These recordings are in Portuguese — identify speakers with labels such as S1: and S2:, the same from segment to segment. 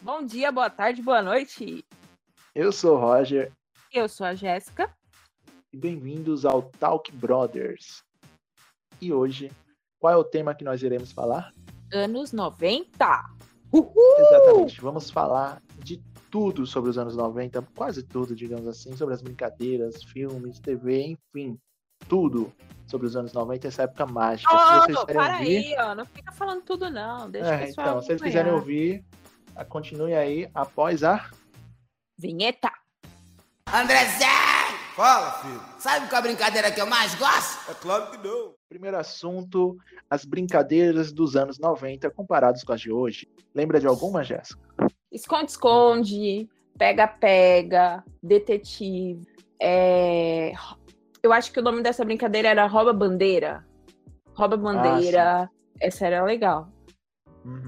S1: Bom dia, boa tarde, boa noite.
S2: Eu sou o Roger
S1: Eu sou a Jéssica.
S2: e bem-vindos ao Talk Brothers. E hoje, qual é o tema que nós iremos falar?
S1: Anos 90. Uhul!
S2: Exatamente, vamos falar de tudo sobre os anos 90, quase tudo, digamos assim, sobre as brincadeiras, filmes, TV, enfim, tudo sobre os anos 90, essa época mágica. Se
S1: Ô,
S2: vocês querem
S1: para
S2: ouvir,
S1: aí, ó. Não fica falando tudo, não. Deixa o
S2: é,
S1: pessoal.
S2: então, se vocês
S1: acompanhar.
S2: quiserem ouvir, ah, continue aí após a
S1: Vinheta.
S3: André Zé!
S4: Fala, filho.
S3: Sabe qual é a brincadeira que eu mais gosto?
S4: É claro que não.
S2: Primeiro assunto, as brincadeiras dos anos 90 comparados com as de hoje. Lembra de alguma, Jéssica?
S1: Esconde, esconde. Pega, pega. Detetive. É, Eu acho que o nome dessa brincadeira era Rouba Bandeira.
S2: Ah,
S1: Rouba Bandeira. Essa era legal.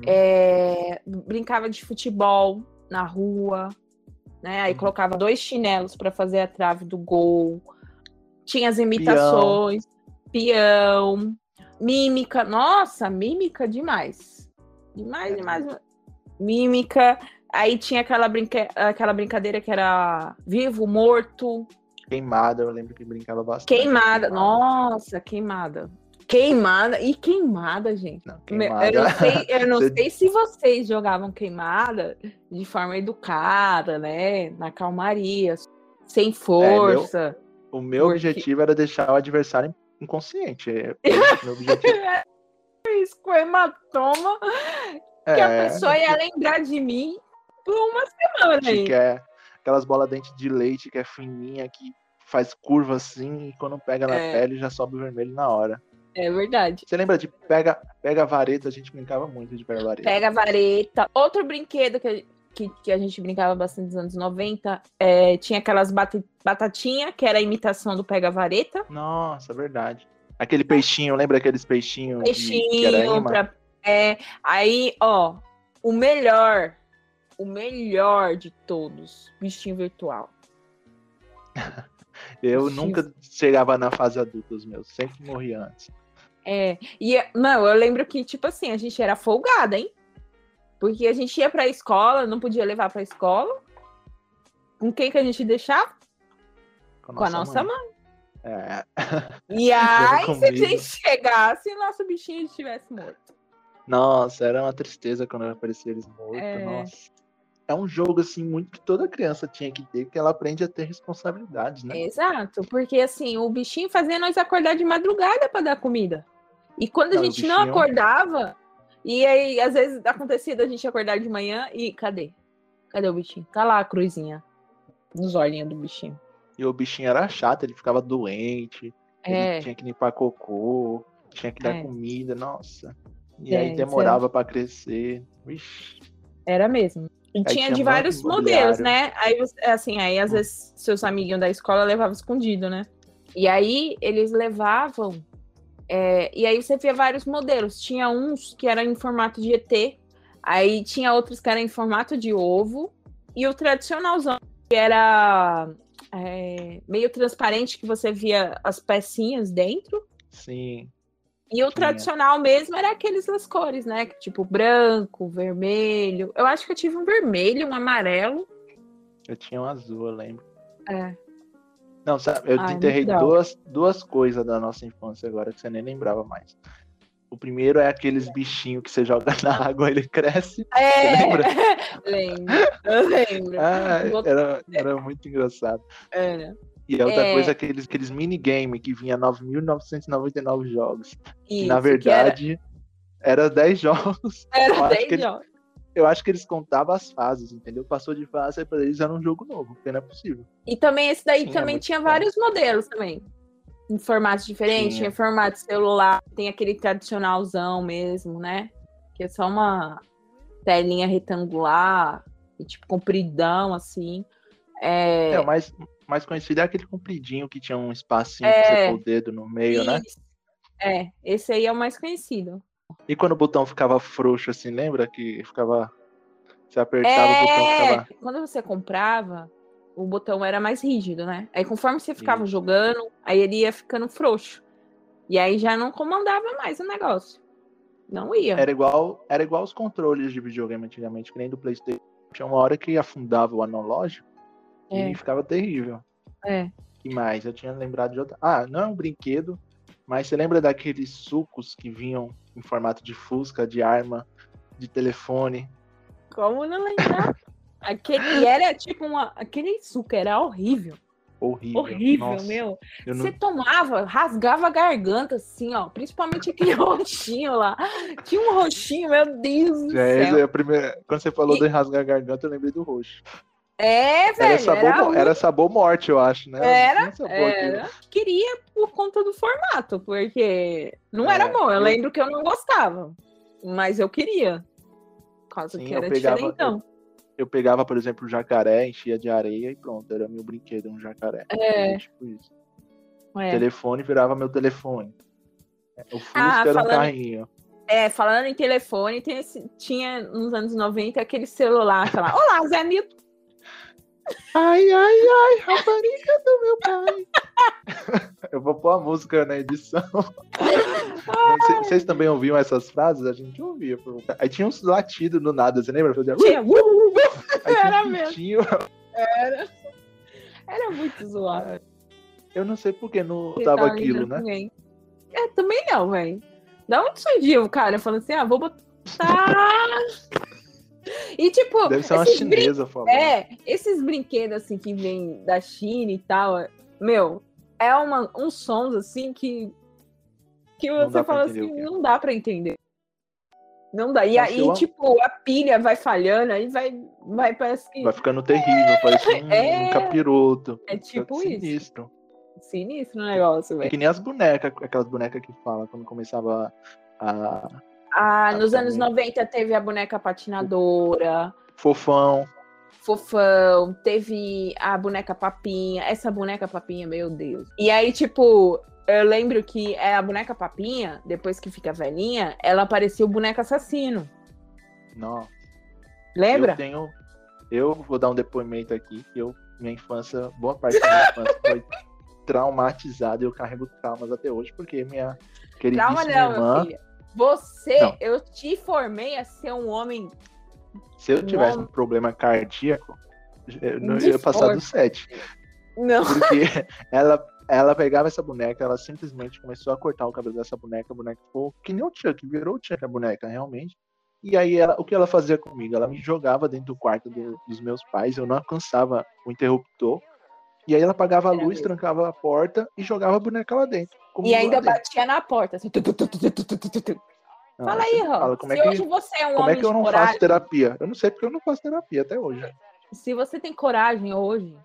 S1: É, brincava de futebol na rua, né? Aí
S2: Uhum.
S1: colocava dois chinelos para fazer a trave do gol. Tinha as imitações, peão, mímica. Nossa, mímica demais. Demais,
S2: É.
S1: demais. Mímica. Aí tinha aquela, brinca... aquela brincadeira que era vivo, morto,
S2: Queimada, eu lembro que brincava bastante.
S1: queimada. Nossa, queimada. Queimada. E queimada, gente.
S2: Não,
S1: Meu,
S2: queimada.
S1: Eu não, sei, eu não
S2: Você-
S1: sei se vocês jogavam queimada de forma educada, né? Na calmaria,
S2: É,
S1: sem força.
S2: O meu
S1: Porque-
S2: objetivo era deixar o adversário inconsciente. É, foi meu objetivo.
S1: Isso com hematoma, que a
S2: É,
S1: pessoa ia lembrar de mim por uma semana.
S2: que
S1: hein?
S2: é aquelas bolas dente de leite que é fininha, que faz curva assim, e quando pega na
S1: É.
S2: pele já sobe o vermelho na hora.
S1: É verdade.
S2: Você lembra de pega, pega a vareta? A gente brincava muito de pega a vareta.
S1: Pega a vareta. Outro brinquedo que, que, que a gente brincava bastante nos anos 90 é, tinha aquelas bata- batatinha, que era a imitação do pega a vareta.
S2: Nossa, verdade. Aquele peixinho, lembra aqueles peixinhos de- que era
S1: peixinho
S2: imã?
S1: pra... é, aí, ó, o melhor, o melhor de todos, bichinho virtual.
S2: Eu
S1: Peixinho.
S2: nunca chegava na fase adulta os meus, sempre morria antes.
S1: É, e não, eu lembro que tipo assim, a gente era folgada, hein? Porque a gente ia pra escola, não podia levar pra escola. Com quem que a gente deixava? Com a nossa mãe.
S2: É,
S1: E aí, se a
S2: comigo.
S1: gente chegasse, nosso bichinho estivesse morto.
S2: Nossa, era uma tristeza quando aparecia eles mortos,
S1: É.
S2: nossa. É um jogo, assim, muito que toda criança tinha que ter, que ela aprende a ter responsabilidades, né?
S1: É. Exato, porque assim, o bichinho fazia nós acordar de madrugada para dar comida. E quando
S2: Cara,
S1: a
S2: o
S1: gente não
S2: bichinho- é um
S1: acordava, e aí às vezes acontecia da gente acordar de manhã e cadê? Cadê o bichinho? Tá lá a cruzinha nos olhinhos do bichinho.
S2: E o bichinho era chato, ele ficava doente,
S1: É,
S2: ele tinha que limpar cocô, tinha que dar
S1: É.
S2: comida, nossa. E
S1: É,
S2: aí
S1: isso
S2: demorava pra crescer. Ixi,
S1: era mesmo. E
S2: Aí
S1: tinha
S2: tinha
S1: de vários
S2: banco
S1: modelos,
S2: imobiliário.
S1: né? Aí você- assim, aí às
S2: Hum.
S1: vezes seus amiguinhos da escola levavam escondido, né? E aí eles levavam. é, e aí você via vários modelos. Tinha uns que eram em formato de ET, aí tinha outros que eram em formato de ovo, e o tradicionalzão, que era é, meio transparente, que você via as pecinhas dentro.
S2: sim.
S1: E o
S2: Tinha.
S1: tradicional mesmo era aqueles das cores, né? Que, Tipo branco, vermelho. Eu acho que eu tive um vermelho, um amarelo.
S2: Eu tinha um azul, eu lembro.
S1: É.
S2: Não, sabe, eu
S1: Ai,
S2: enterrei
S1: legal.
S2: duas, duas coisas da nossa infância agora que você nem lembrava mais. O primeiro é aqueles bichinhos que você joga na água, ele cresce. Você lembra?
S1: lembro. Eu lembro.
S2: Ah,
S1: O outro-
S2: era, era muito engraçado.
S1: era.
S2: E a outra
S1: É.
S2: coisa é aqueles, aqueles minigame que vinha 9.999 jogos. E,
S1: Isso,
S2: na
S1: que era-
S2: verdade, era... 10 jogos.
S1: era,
S2: eu acho
S1: bem
S2: que eles-
S1: jovem.
S2: Eu acho que eles contavam as fases, entendeu? Passou de fase, aí pra eles era um jogo novo, porque não é possível.
S1: E também esse daí
S2: Tinha
S1: também
S2: é muito
S1: tinha
S2: tempo.
S1: vários modelos também. Em formatos diferentes,
S2: Tinha.
S1: tinha formato celular, tem aquele tradicionalzão mesmo, né? Que é só uma telinha retangular e tipo compridão, assim. É,
S2: É, o mais, mais conhecido é aquele compridinho que tinha um espacinho pra
S1: É.
S2: você pôr o dedo no meio, né?
S1: Isso. É, esse aí é o mais conhecido.
S2: E quando o botão ficava frouxo, assim, lembra? Que ficava. Você apertava o botão,
S1: É,
S2: ficava.
S1: quando você comprava, o botão era mais rígido, né? Aí conforme você ficava jogando, aí ele ia ficando frouxo. E aí já não comandava mais o negócio. Não ia.
S2: Era igual, era igual os controles de videogame antigamente, que nem do Playstation. Tinha uma hora que afundava o analógico
S1: É.
S2: e ficava terrível.
S1: É.
S2: que mais? Eu tinha lembrado de outra. Ah, não é um brinquedo, mas você lembra daqueles sucos que vinham em formato de fusca, de arma, de telefone?
S1: Como não lembrar? Aquele e era tipo uma. Aquele suco era horrível.
S2: Horrível.
S1: Horrível,
S2: Nossa,
S1: meu.
S2: Eu não
S1: Você tomava, rasgava a garganta, assim, ó. Principalmente aquele roxinho lá. Tinha um roxinho, meu Deus do
S2: É,
S1: céu.
S2: esse é o primeiro- Quando você falou
S1: E-
S2: do rasgar a garganta, eu lembrei do roxo.
S1: É, velho.
S2: Era sabor,
S1: era
S2: mo- era sabor morte, eu acho, né?
S1: Era,
S2: Não tinha sabor
S1: era.
S2: aquilo.
S1: queria por conta do formato, porque não era
S2: É,
S1: bom. Eu
S2: eu-
S1: lembro que eu não gostava, mas eu queria. Por causa
S2: Sim,
S1: que
S2: eu
S1: era
S2: pegava-
S1: diferentão.
S2: Eu pegava, por exemplo, um jacaré, enchia de areia e pronto, era meu brinquedo, um jacaré.
S1: É.
S2: Era Tipo isso.
S1: É.
S2: Telefone virava meu telefone. O Fusca
S1: Ah,
S2: era um
S1: falando-
S2: carrinho.
S1: É, falando em telefone, tem esse- tinha nos anos 90 aquele celular, sei lá, olá, Zé Nilton.
S2: Ai, ai, ai, rapariga do meu pai. Eu vou pôr a música na edição. Vocês- Vocês também ouviam essas frases? A gente ouvia. pô. Aí tinha uns latidos do nada, você lembra? Fazia-
S1: Tinha, uh, uh, uh,
S2: Aí tinha um
S1: era mesmo.
S2: pitinho.
S1: Era muito zoado.
S2: Eu não sei por que não
S1: Você tá
S2: tava
S1: tava
S2: aquilo,
S1: lembrando
S2: né?
S1: também. É, também não, velho. Da onde surgiu o cara falando assim, ah, vou botar... e tipo,
S2: Deve ser uma
S1: esses brin-
S2: chinesa falando.
S1: É, esses brinquedos assim que vêm da China e tal, é- meu, é uma, uns sons assim que que
S2: Não
S1: você
S2: dá pra
S1: fala
S2: entender
S1: assim,
S2: o que é.
S1: não dá pra entender. Não dá. E
S2: Mas
S1: aí,
S2: eu-
S1: tipo, a pilha vai falhando, aí vai, vai parece que
S2: Vai ficando terrível, parece um,
S1: É.
S2: um capiroto.
S1: é tipo isso.
S2: Sinistro.
S1: Sinistro o negócio,
S2: É
S1: velho.
S2: que nem as bonecas, aquelas bonecas que falam quando começava a
S1: Ah, nos
S2: tá
S1: anos
S2: bom.
S1: 90 teve a boneca patinadora,
S2: fofão.
S1: Fofão, teve a boneca Papinha, essa boneca Papinha, meu Deus. E aí, tipo, eu lembro que é, a boneca Papinha, depois que fica velhinha, ela parecia o boneco assassino.
S2: Não. Eu
S1: Lembra?
S2: tenho. Eu vou dar um depoimento aqui. que Eu, minha infância, boa parte da minha infância foi traumatizada. Eu carrego traumas até hoje, porque minha queridíssima
S1: Calma, não,
S2: irmã.
S1: meu filho. Você,
S2: Não.
S1: eu te formei a ser um homem.
S2: Se eu tivesse
S1: Não.
S2: um problema cardíaco, eu não ia
S1: Disforme.
S2: passar do 7.
S1: Não.
S2: Porque ela, ela pegava essa boneca, ela simplesmente começou a cortar o cabelo dessa boneca, a boneca ficou que nem o Chuck, virou o Chuck a boneca, realmente. E aí, ela- o que ela fazia comigo? Ela me jogava dentro do quarto do- dos meus pais, eu não alcançava o interruptor. E aí ela apagava a
S1: Era
S2: luz,
S1: mesmo.
S2: trancava a porta e jogava a boneca lá dentro.
S1: E
S2: comigo
S1: ainda
S2: lá dentro.
S1: batia na porta. assim, tu, tu, tu, tu, tu, tu, tu, tu, tu.
S2: Ah,
S1: Fala
S2: você
S1: aí,
S2: fala,
S1: Rô.
S2: como
S1: Se
S2: é que-
S1: hoje você é um
S2: Como é
S1: homem
S2: que eu
S1: de
S2: não
S1: coragem,
S2: faço terapia? Eu não sei porque eu não faço terapia até hoje.
S1: se você tem coragem hoje,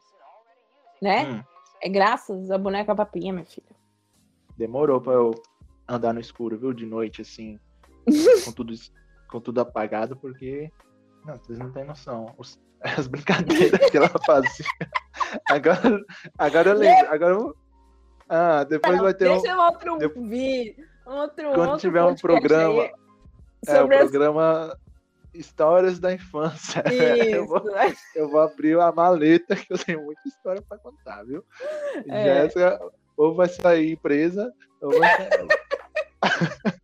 S1: né?
S2: Hum.
S1: É graças à boneca Papinha, minha filha.
S2: Demorou pra eu andar no escuro, viu? De noite, assim, com tudo, es- com tudo apagado, porque. Não, vocês não têm noção. Os- as brincadeiras que ela fazia. Agora, agora eu lembro. Agora eu. Ah, depois vai ter um.
S1: Deixa outro
S2: de-
S1: vídeo. Outro,
S2: Quando
S1: outro
S2: tiver um
S1: podcast
S2: programa.
S1: aí
S2: É, o
S1: sobre as-
S2: programa Histórias da Infância. Eu vou,
S1: Isso.
S2: eu vou abrir a maleta, que eu tenho muita história pra contar, viu? E
S1: É.
S2: Jéssica ou vai sair presa, ou vai sair.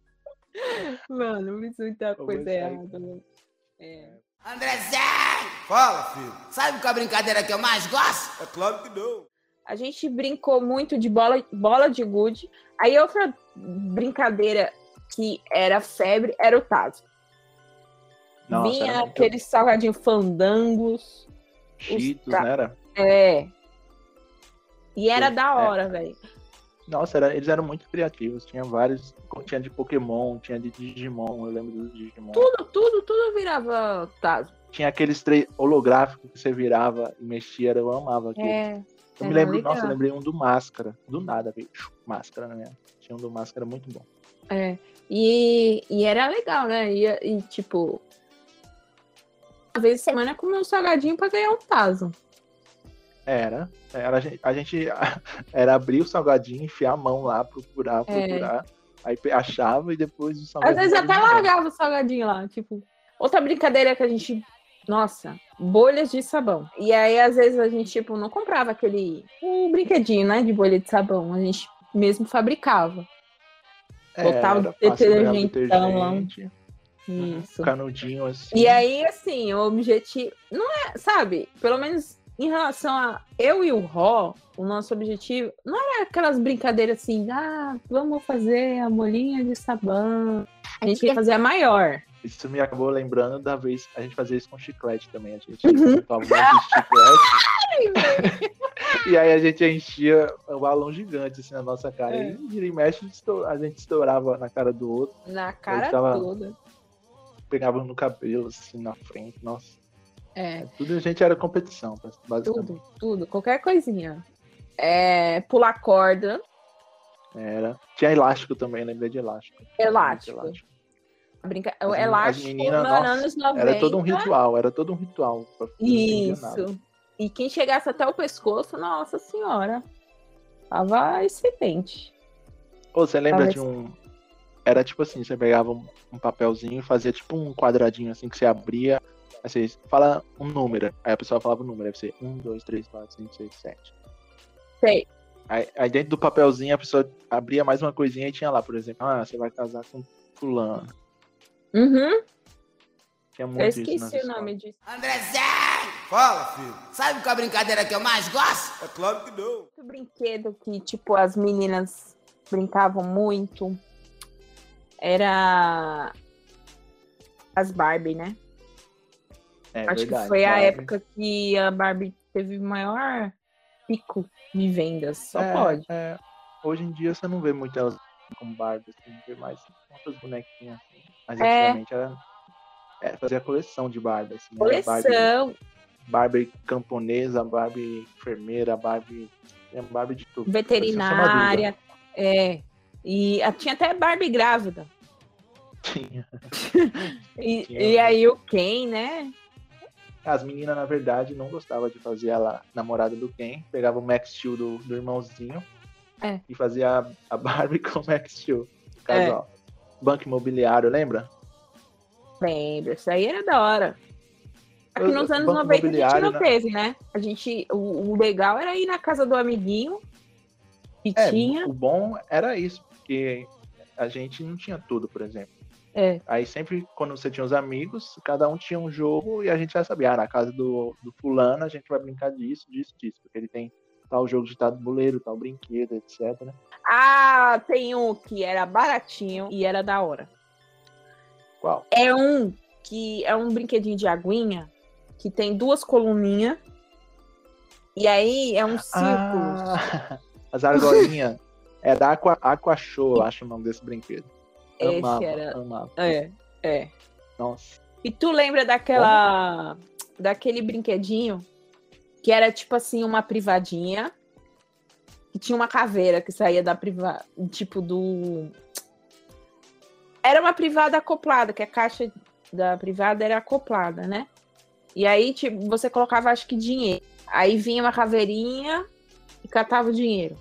S1: Mano, isso é muita
S2: vou
S1: coisa
S2: sair,
S1: errada. né? É.
S3: André Zé!
S4: Fala, filho.
S3: Sabe qual é a brincadeira que eu mais gosto?
S4: É claro que não.
S1: A gente brincou muito de bola, bola de gude. Aí outra brincadeira que era febre era o tazo.
S2: Nossa,
S1: Vinha
S2: era muito
S1: aqueles salgadinhos fandangos.
S2: Cheetos,
S1: ca-
S2: né? Era...
S1: É. E era
S2: Sim,
S1: da
S2: é.
S1: hora, velho.
S2: Nossa, era- eles eram muito criativos. Tinha vários. Tinha de Pokémon, tinha de Digimon, eu lembro dos Digimon.
S1: Tudo, tudo, tudo virava tazo.
S2: Tinha aqueles três holográficos que você virava e mexia, eu amava aquilo. eu me
S1: É, era
S2: lembro,
S1: legal.
S2: nossa, eu lembrei um do máscara. Do nada, veio. chu, Máscara, né? Tinha um do máscara muito bom.
S1: É, e, e era legal, né? E, e, tipo, uma vez por semana comer um salgadinho pra ganhar um tazo.
S2: Era. era a gente, a gente- era abrir o salgadinho, enfiar a mão lá, procurar, procurar. Aí pe- achava e depois o
S1: É. Às
S2: salgadinho.
S1: vezes até
S2: tava de volta.
S1: largava o salgadinho lá, tipo. Outra brincadeira que a gente Nossa, bolhas de sabão. E aí, às vezes, a gente, tipo, não comprava aquele um brinquedinho, né? De bolha de sabão. A gente mesmo fabricava. Botava
S2: É, era
S1: o
S2: fácil pegar
S1: detergentão lá.
S2: detergente, Uhum.
S1: Isso.
S2: Canudinho assim.
S1: E aí, assim, o objetivo. Não é, sabe? Pelo menos em relação a eu e o Ró, o nosso objetivo não era aquelas brincadeiras assim, ah, vamos fazer a bolinha de sabão. A gente queria fazer a maior.
S2: Isso me acabou lembrando da vez a gente fazia isso com chiclete também. A gente
S1: Uhum.
S2: comprava um monte de chiclete e aí a gente enchia um balão gigante assim na nossa cara.
S1: É.
S2: E vira e mexe, estou- a gente estourava na cara do outro,
S1: Na cara
S2: tava-
S1: toda.
S2: pegava no cabelo assim na frente. Nossa,
S1: É.
S2: tudo a gente era competição, basicamente.
S1: Tudo, tudo, qualquer coisinha. É, pular corda,
S2: Era. Tinha elástico também, lembrei de elástico. Tinha muito
S1: Elástico. brinca...
S2: As meni-
S1: elástico,
S2: as meninas,
S1: nos
S2: nossa,
S1: anos 90.
S2: Era todo um ritual, era todo um ritual. pra- não entendia nada.
S1: Isso. E quem chegasse até o pescoço, nossa senhora, tava excelente.
S2: Ou você lembra
S1: Talvez.
S2: de um. Era tipo assim, você pegava um, um papelzinho, fazia tipo um quadradinho assim que você abria. Aí você fala um número. Aí a pessoa falava o número. Aí você, um, dois, três, quatro, cinco, seis, sete.
S1: Sei.
S2: Aí, aí dentro do papelzinho a pessoa abria mais uma coisinha e tinha lá, por exemplo, ah, você vai casar com fulano.
S1: Uhum,
S2: Tinha muito
S1: eu
S2: isso nas
S1: esqueci o
S2: escolas.
S1: nome disso.
S3: Andrezão!
S4: Fala, filho.
S3: Sabe qual é a brincadeira que eu mais gosto?
S4: É claro que não.
S1: Muito brinquedo que, tipo, as meninas brincavam muito. Era as Barbie, né?
S2: É,
S1: Acho
S2: verdade,
S1: que foi a
S2: Barbie.
S1: época que a Barbie teve o maior pico de vendas. Só
S2: É,
S1: pode.
S2: é. hoje em dia você não vê muito elas com Barbie, assim, vê mais outras bonequinhas. Assim. Mas
S1: É.
S2: antigamente era. É, fazia coleção de Barbie, assim. era Barbie,
S1: Coleção,
S2: Barbie camponesa, Barbie enfermeira, Barbie. tinha Barbie de tudo.
S1: veterinária. É. E a- tinha até Barbie grávida.
S2: Tinha.
S1: E,
S2: Tinha.
S1: e aí o Ken, né?
S2: As meninas, na verdade, não gostavam de fazer ela namorada do Ken. Pegava o Max Steel do, do irmãozinho
S1: É.
S2: e fazia a, a Barbie com o Max Steel.
S1: É.
S2: Casal. Banco imobiliário, lembra?
S1: Lembra, isso aí era da hora. Só que
S2: Eu-
S1: nos anos
S2: Banco
S1: 90 a gente
S2: Imobiliário,
S1: não
S2: né?
S1: teve, né? A gente, o, o legal era ir na casa do amiguinho que
S2: É,
S1: tinha.
S2: O bom era isso, porque a gente não tinha tudo, por exemplo.
S1: É.
S2: Aí sempre, quando você tinha os amigos, cada um tinha um jogo e a gente já sabia, ah, na casa do, do fulano a gente vai brincar disso, disso, disso, porque ele tem tal jogo de tabuleiro, tal brinquedo, etc, né?
S1: Ah, tem um que era baratinho e era da hora.
S2: Qual?
S1: É um que é um brinquedinho de aguinha que tem duas coluninhas. E aí é um círculo.
S2: Ah, as argolinhas. É da Aqua, Aqua Show, eu acho o nome desse brinquedo.
S1: Esse
S2: amava,
S1: era-
S2: amava.
S1: É, é.
S2: Nossa,
S1: E tu lembra daquela. daquele brinquedinho que era tipo assim, uma privadinha que tinha uma caveira que saía da privada. Tipo do. Era uma privada acoplada, que a caixa da privada era acoplada, né? E aí, tipo, você colocava, acho que dinheiro. Aí vinha uma caveirinha e catava o dinheiro.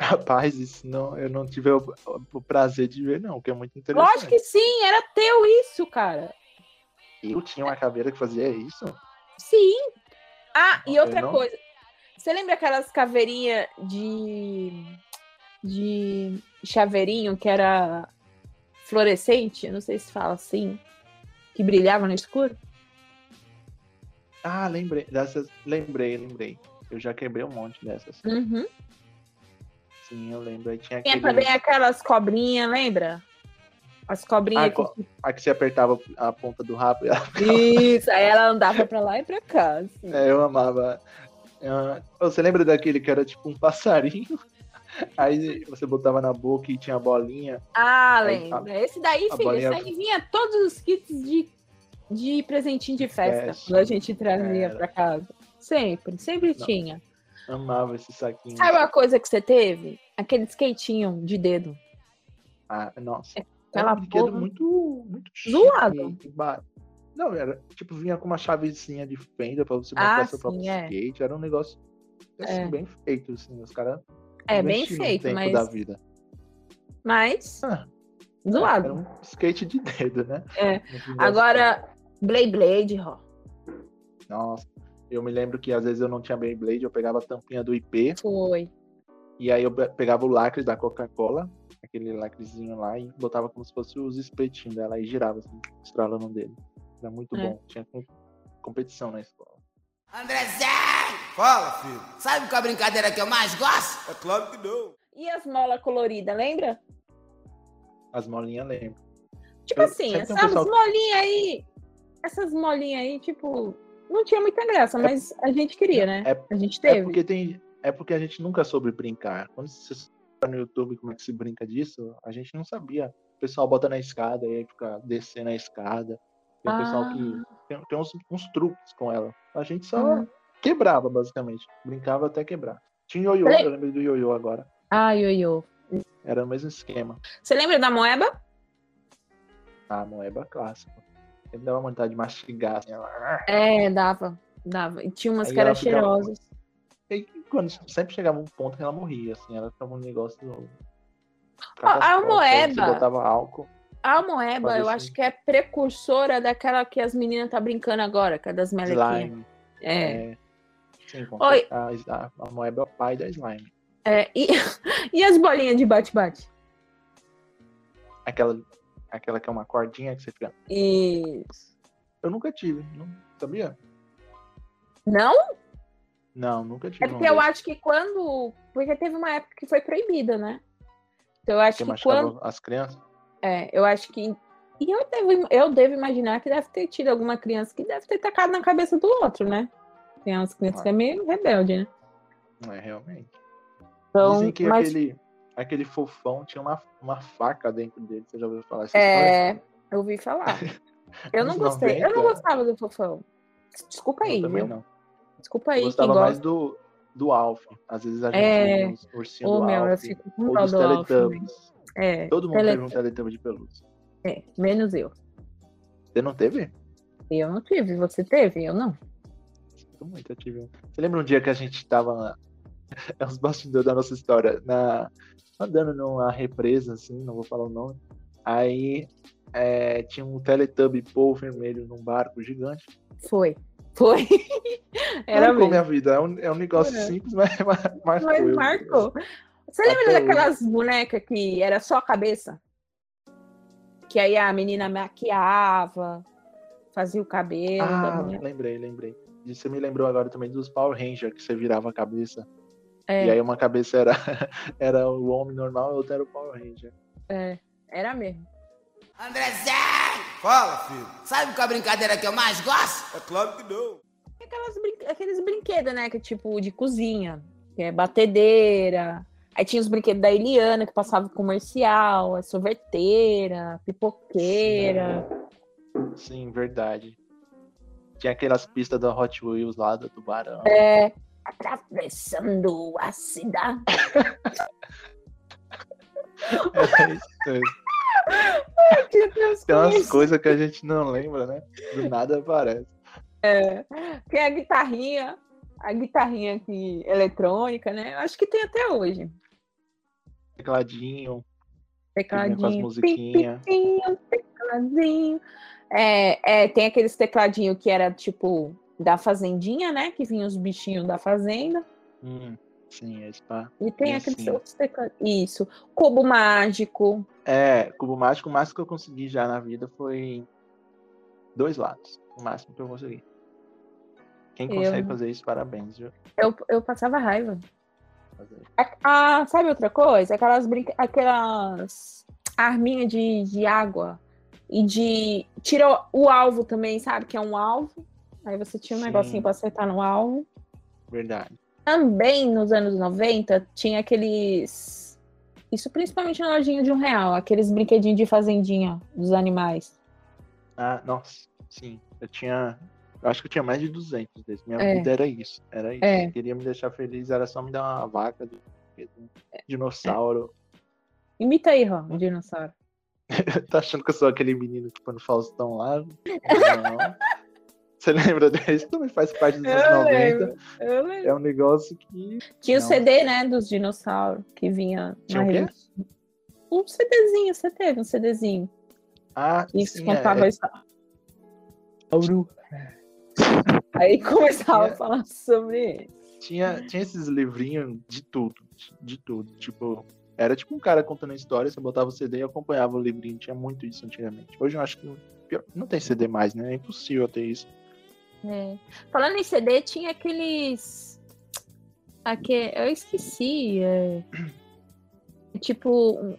S2: rapaz, isso não, eu não tive o, o prazer de ver, não, que é muito interessante.
S1: Lógico que sim, era teu isso, cara.
S2: Eu tinha uma caveira que fazia isso?
S1: Sim. Ah, e
S2: Eu
S1: outra
S2: não.
S1: coisa. Você lembra aquelas caveirinhas de. de chaveirinho que era fluorescente? Eu não sei se fala assim. Que brilhava no escuro?
S2: Ah, lembrei. Dessas, lembrei, lembrei. Eu já quebrei um monte dessas.
S1: Uhum.
S2: Sim, eu lembro. Aí tinha
S1: Tinha
S2: aquele,
S1: também aquelas cobrinhas, lembra? As cobrinhas
S2: Ah, co- a que você apertava a ponta do rabo.
S1: que. Isso, aí ela andava pra lá e pra cá. assim.
S2: É, eu amava. Ah, Você lembra daquele que era tipo um passarinho? Aí você botava na boca e tinha a bolinha.
S1: Ah,
S2: Aí,
S1: lembra. Esse daí,
S2: a
S1: filho,
S2: bolinha-
S1: esse aí vinha todos os kits de, de presentinho de festa
S2: festa.
S1: quando a gente trazia
S2: Era.
S1: pra casa. Sempre, sempre
S2: Não.
S1: tinha.
S2: Amava esse saquinho.
S1: Sabe uma coisa que você teve? Aquele skatinho de dedo.
S2: Ah, nossa.
S1: é, Aquela
S2: era um brinquedo
S1: porra.
S2: muito, muito chique,
S1: Zoado.
S2: e ba- Não, era tipo, vinha com uma chavezinha de fenda pra você
S1: Ah,
S2: montar seu próprio
S1: sim, é.
S2: skate. Era um negócio assim,
S1: É.
S2: bem feito, assim. Os caras
S1: É, bem
S2: investiram um
S1: feito,
S2: tempo
S1: mas,
S2: da vida.
S1: mas
S2: Ah, Era
S1: zoado.
S2: um skate de dedo, né?
S1: É.
S2: No fim das
S1: Agora, Blade Blade, ó.
S2: Nossa. Eu me lembro que às vezes eu não tinha Beyblade, eu pegava a tampinha do IP
S1: Foi.
S2: e aí eu pe- pegava o lacre da Coca-Cola, aquele lacrezinho lá, e botava como se fosse os espetinhos dela e girava, assim, estralando dele. Era muito
S1: É.
S2: bom. Tinha com- competição na escola.
S3: Andrezão!
S4: Fala, filho.
S3: Sabe qual é a brincadeira que eu mais gosto?
S4: É claro que não.
S1: E as molas coloridas, lembra?
S2: As molinhas lembro.
S1: Tipo
S2: Eu-
S1: assim,
S2: sempre
S1: essas
S2: tem um pessoal-
S1: molinhas aí. Essas molinhas aí, tipo, não tinha muita graça, mas a gente queria, né?
S2: É-
S1: a gente
S2: É
S1: teve.
S2: porque tem. É porque a gente nunca soube brincar. Quando você tá no YouTube como é que se brinca disso, a gente não sabia. O pessoal bota na escada e aí fica descendo a escada. Tem o pessoal
S1: Ah.
S2: que. Tem, tem uns, uns truques com ela. A gente só
S1: Uhum.
S2: quebrava, basicamente. Brincava até quebrar. Tinha ioiô,
S1: Peraí.
S2: eu lembrei do ioiô agora.
S1: Ah, ioiô.
S2: Era o mesmo esquema.
S1: Você lembra da moeba?
S2: A moeba clássica. Ele dava vontade de mastigar. assim, ela-
S1: É, dava. Dava. E tinha umas
S2: Aí
S1: que eram
S2: ela ficava-
S1: cheirosas.
S2: E quando sempre chegava um ponto que ela morria, assim, ela ficava um negócio.
S1: a
S2: catastrófico, aí Você
S1: moeba.
S2: botava álcool.
S1: A moeba,
S2: Fazer
S1: eu
S2: assim.
S1: acho que é precursora daquela que as meninas tá brincando agora, que é das melequinhas.
S2: Slime.
S1: É.
S2: É. Sim, com
S1: Oi.
S2: certeza. a, a, a Moeba é o pai da slime.
S1: é. E, e as bolinhas de bate-bate?
S2: Aquela, aquela que é uma cordinha que você fica.
S1: E.
S2: Eu nunca tive, não, sabia?
S1: Não?
S2: Não, nunca tive.
S1: É porque eu acho que quando. Porque teve uma época que foi proibida, né? Então eu acho
S2: que
S1: que
S2: machucava
S1: quando.
S2: as crianças.
S1: É, eu acho que. E eu devo, eu devo imaginar que deve ter tido alguma criança que deve ter tacado na cabeça do outro, né? Tem umas crianças que é meio rebelde, né?
S2: Não é realmente.
S1: Então,
S2: Dizem que é
S1: mas,
S2: aquele, aquele fofão tinha uma, uma faca dentro dele. Você já ouviu falar essa história?
S1: é, eu ouvi falar. Eu não
S2: Nos
S1: gostei. Eu não
S2: 90.
S1: gostava do fofão. Desculpa aí,
S2: eu também
S1: viu?
S2: não.
S1: Desculpa
S2: Eu
S1: aí quem
S2: gostava mais
S1: gosta.
S2: do, do Alf. Às vezes a gente
S1: É.
S2: via uns ursinhos
S1: Ô,
S2: do
S1: meu, eu
S2: Alf.
S1: fico com
S2: Ou
S1: dó
S2: dos
S1: do Alf. né?
S2: Teletubbies.
S1: É,
S2: Todo mundo
S1: Tele-
S2: teve um Teletubbies de pelúcia.
S1: é, menos eu.
S2: Você não teve?
S1: Eu não tive, você teve? Eu não.
S2: Sinto muito, eu tive um. Você lembra um dia que a gente tava lá, é os bastidores da nossa história, na, andando numa represa, assim, não vou falar o nome. Aí é, tinha um Teletubby Paul vermelho num barco gigante.
S1: Foi. Foi. Era
S2: marcou
S1: mesmo.
S2: minha vida, é um, é um negócio
S1: É.
S2: simples, mas mar- marcou.
S1: Mas
S2: eu-
S1: marcou. Você lembra
S2: Até
S1: daquelas bonecas que era só a cabeça? Que aí a menina maquiava, fazia o cabelo. da
S2: Ah,
S1: menina.
S2: lembrei, lembrei. E Você me lembrou agora também dos Power Rangers, que você virava a cabeça.
S1: É.
S2: E aí uma cabeça era, era o homem normal e outra era o Power Ranger.
S1: É, era mesmo.
S3: Andrezão!
S4: Fala, filho.
S3: Sabe qual é a brincadeira que eu mais gosto?
S4: É claro que não.
S1: E Aquelas brin- Aqueles brinquedos, né? Que é tipo de cozinha, que é batedeira. Aí tinha os brinquedos da Eliana, que passava comercial, é sorveteira, pipoqueira.
S2: Sim, verdade. Tinha aquelas pistas da Hot Wheels lá do Tubarão.
S1: É, atravessando a cidade.
S2: Era isso mesmo. Tem umas coisas que a gente não lembra, né? Do nada aparece.
S1: Tem é a guitarrinha, a guitarrinha aqui, eletrônica, né? Eu Acho que tem até hoje.
S2: Tecladinho,
S1: Tecladinho.
S2: com as musiquinhas.
S1: pim, pim, tecladinho. É, é, tem aqueles tecladinhos que era tipo da fazendinha, né? Que vinha os bichinhos da fazenda.
S2: Hum, sim, é spa.
S1: E tem
S2: Sim,
S1: aqueles
S2: sim.
S1: outros teclados. Isso. Cubo mágico.
S2: É, cubo mágico, o máximo que eu consegui já na vida foi dois lados. O máximo que eu consegui. Quem
S1: Eu-
S2: consegue fazer isso, parabéns, viu?
S1: Eu, eu passava raiva.
S2: Fazer.
S1: A- Ah, sabe outra coisa? Aquelas brinca... aquelas arminhas de, de água e de. Tira o- o alvo também, sabe? Que é um alvo. Aí você tinha um
S2: Sim.
S1: negocinho pra acertar no alvo.
S2: Verdade.
S1: Também nos anos 90 tinha aqueles. Isso principalmente na lojinha de um real, aqueles brinquedinhos de fazendinha dos animais.
S2: Ah, nossa, sim. Eu tinha. Eu acho que eu tinha mais de 200 desses. Minha
S1: É.
S2: vida era isso. Era isso.
S1: É.
S2: Queria me deixar feliz, era só me dar uma vaca, de- um
S1: É.
S2: dinossauro.
S1: Imita aí, Rô, um dinossauro.
S2: Tá achando que eu sou aquele menino que põe no Faustão lá? Não. Você lembra desse? Também faz parte dos
S1: Eu
S2: anos 90.
S1: lembro. Eu lembro.
S2: É um negócio que.
S1: Tinha o
S2: Não.
S1: CD, né, dos dinossauros que vinha
S2: Tinha
S1: na
S2: o quê?
S1: revistinha. Um CDzinho, você teve um CDzinho.
S2: Ah,
S1: Isso
S2: sim,
S1: contava
S2: é,
S1: isso.
S2: é...
S1: Aí começava a
S2: É.
S1: falar sobre.
S2: Tinha, tinha esses livrinhos de tudo, de tudo. Tipo, era tipo um cara contando a história, você botava o CD e acompanhava o livrinho. Tinha muito isso antigamente. Hoje eu acho que não, pior- não tem CD mais, né? É impossível ter isso.
S1: É. Falando em CD, tinha aqueles. Aque... Eu esqueci. é. Tipo. um-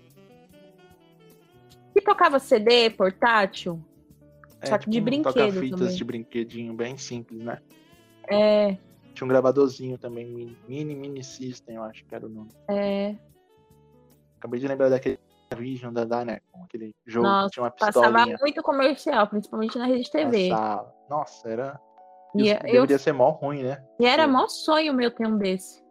S1: Que tocava CD portátil?
S2: É,
S1: Só que de
S2: um
S1: brinquedo
S2: toca-fitas
S1: também.
S2: de brinquedinho, bem simples, né?
S1: É,
S2: Tinha um gravadorzinho também, mini- mini, mini system, eu acho que era o nome.
S1: é. Acabei
S2: Acabei de lembrar daquele Vision da Dynacon, aquele jogo
S1: Nossa,
S2: que tinha uma
S1: Passava
S2: pistolinha
S1: muito comercial, principalmente na Rede TV.
S2: passava. Nossa, era.
S1: E
S2: E
S1: eu-
S2: deveria ser mó ruim, né?
S1: E era mó sonho meu ter um desse.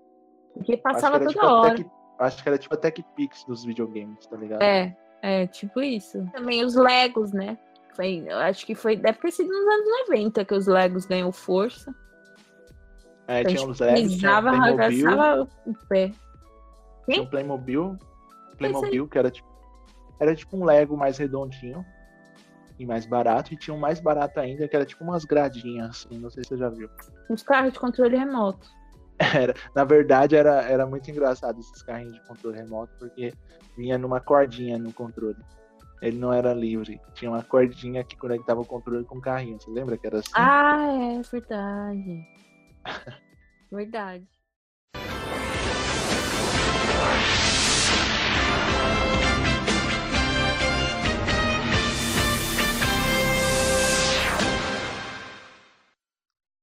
S1: Porque passava
S2: acho
S1: toda
S2: que era tipo
S1: hora.
S2: A Tech, acho que era tipo a Tech Pix dos videogames, tá ligado?
S1: É, é, tipo isso. Também os Legos, né? Foi, eu acho que foi. Deve ter sido nos anos 90 que os Legos ganhou força.
S2: É,
S1: Então,
S2: tinha
S1: tipo,
S2: uns Legos, tinha
S1: Pisava,
S2: um Playmobil,
S1: arrasava o pé.
S2: tinha um Playmobil, Playmobil que era tipo, era tipo um Lego mais redondinho e mais barato, e tinha um mais barato ainda, que era tipo umas gradinhas, assim, não sei se você já viu.
S1: Uns carros de controle remoto.
S2: Era, na verdade, era, era muito engraçado esses carrinhos de controle remoto, porque vinha numa cordinha no controle. Ele não era livre. Tinha uma cordinha que conectava o controle com o carrinho. Você lembra que era assim?
S1: Ah, é verdade. Verdade.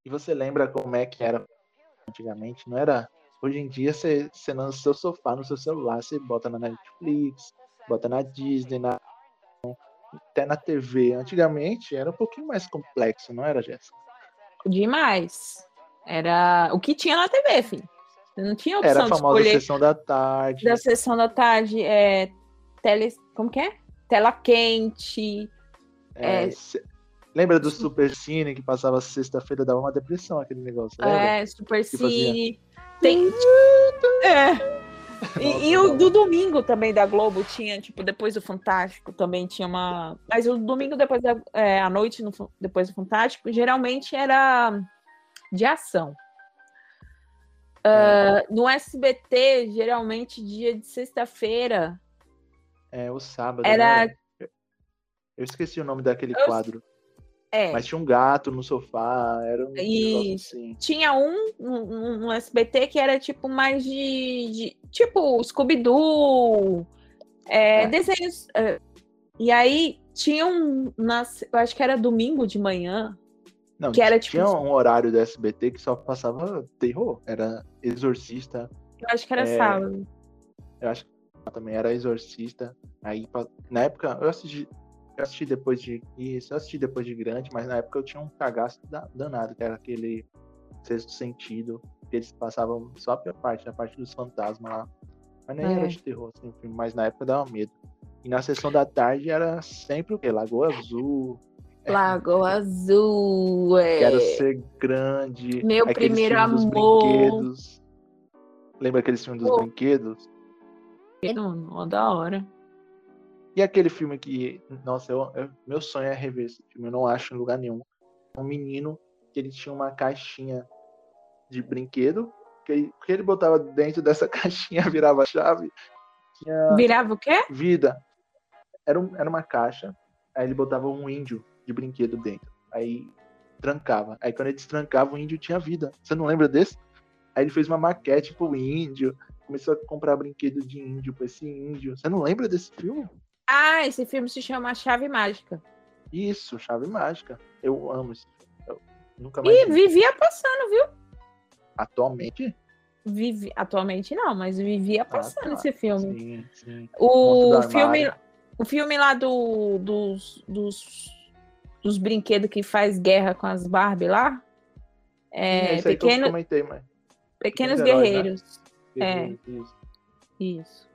S2: E você lembra como é que era antigamente? Não era. Hoje em dia, você, você no seu sofá, no seu celular, você bota na Netflix, bota na Disney, na, até na TV. Antigamente era um pouquinho mais complexo, não era, Jéssica?
S1: Demais. Era o que tinha na TV, filho. Você não tinha opção
S2: Era a
S1: de
S2: famosa
S1: escolher
S2: sessão da tarde.
S1: da sessão da tarde. É, tele... Como que é? Tela quente.
S2: É,
S1: É.
S2: cê- Lembra do Super Cine que passava sexta-feira, dava uma depressão aquele negócio, lembra?
S1: É, Super
S2: Que fazia.
S1: Cine. Tem. É. E, e o do domingo também da Globo tinha, tipo, depois do Fantástico também tinha uma. Mas o domingo depois da. É, à noite, no Fan- depois do Fantástico, geralmente era de ação. Ah, no SBT, geralmente dia de sexta-feira.
S2: É, o sábado.
S1: Era-
S2: né? Eu esqueci o nome daquele
S1: Eu-
S2: quadro.
S1: É.
S2: Mas tinha um gato no sofá, era um negócio
S1: Isso.
S2: assim.
S1: Tinha um no um, um SBT que era tipo mais de. de- tipo, Scooby-Doo, é,
S2: É.
S1: desenhos. é. e aí tinha um. Nas, eu acho que era domingo de manhã.
S2: Não,
S1: Que era, tipo,
S2: tinha um horário do SBT que só passava terror. Era Exorcista.
S1: Eu acho que era
S2: É.
S1: sábado.
S2: Eu acho que também era Exorcista. Aí, pa- na época, eu assisti, eu assisti depois de. Isso, eu assisti depois de grande, mas na época eu tinha um cagaço da- danado, que era aquele sexto sentido, que eles passavam só pela parte, a parte dos fantasmas lá. Mas nem
S1: É.
S2: era de terror, assim, o filme, mas na época dava medo. E na sessão da tarde era sempre o quê? Lagoa Azul. é.
S1: Lago Azul. é.
S2: Quero ser grande.
S1: Meu
S2: aqueles
S1: primeiro
S2: filmes dos
S1: amor.
S2: brinquedos. Lembra aqueles filmes dos
S1: Pô.
S2: brinquedos?
S1: Não, não, da hora.
S2: E aquele filme que, nossa, eu- eu- meu sonho é rever esse filme, eu não acho em lugar nenhum. Um menino que ele tinha uma caixinha de brinquedo, que ele, que ele botava dentro dessa caixinha, virava a chave, tinha
S1: Virava o quê?
S2: vida. Era, um- era uma caixa, aí ele botava um índio de brinquedo dentro. Aí trancava. Aí quando ele destrancava, o índio tinha vida. Você não lembra desse? Aí ele fez uma maquete pro índio, começou a comprar brinquedo de índio pra esse índio. Você não lembra desse filme?
S1: Ah, esse filme se chama Chave Mágica.
S2: Isso, chave mágica. Eu amo isso. Eu nunca mais.
S1: E
S2: vi.
S1: vivia passando, viu?
S2: Atualmente?
S1: Vivi... Atualmente não, mas vivia passando
S2: tá.
S1: esse filme.
S2: Sim, sim.
S1: O
S2: Monstro do
S1: filme,
S2: armário.
S1: o filme lá do, dos, dos, dos brinquedos que faz guerra com as Barbie lá.
S2: Sim,
S1: É,
S2: esse aí que eu
S1: pequeno,
S2: comentei, mas.
S1: Pequenos
S2: Pequenos Heróis, né?
S1: Guerreiros. É.
S2: Isso.
S1: Isso.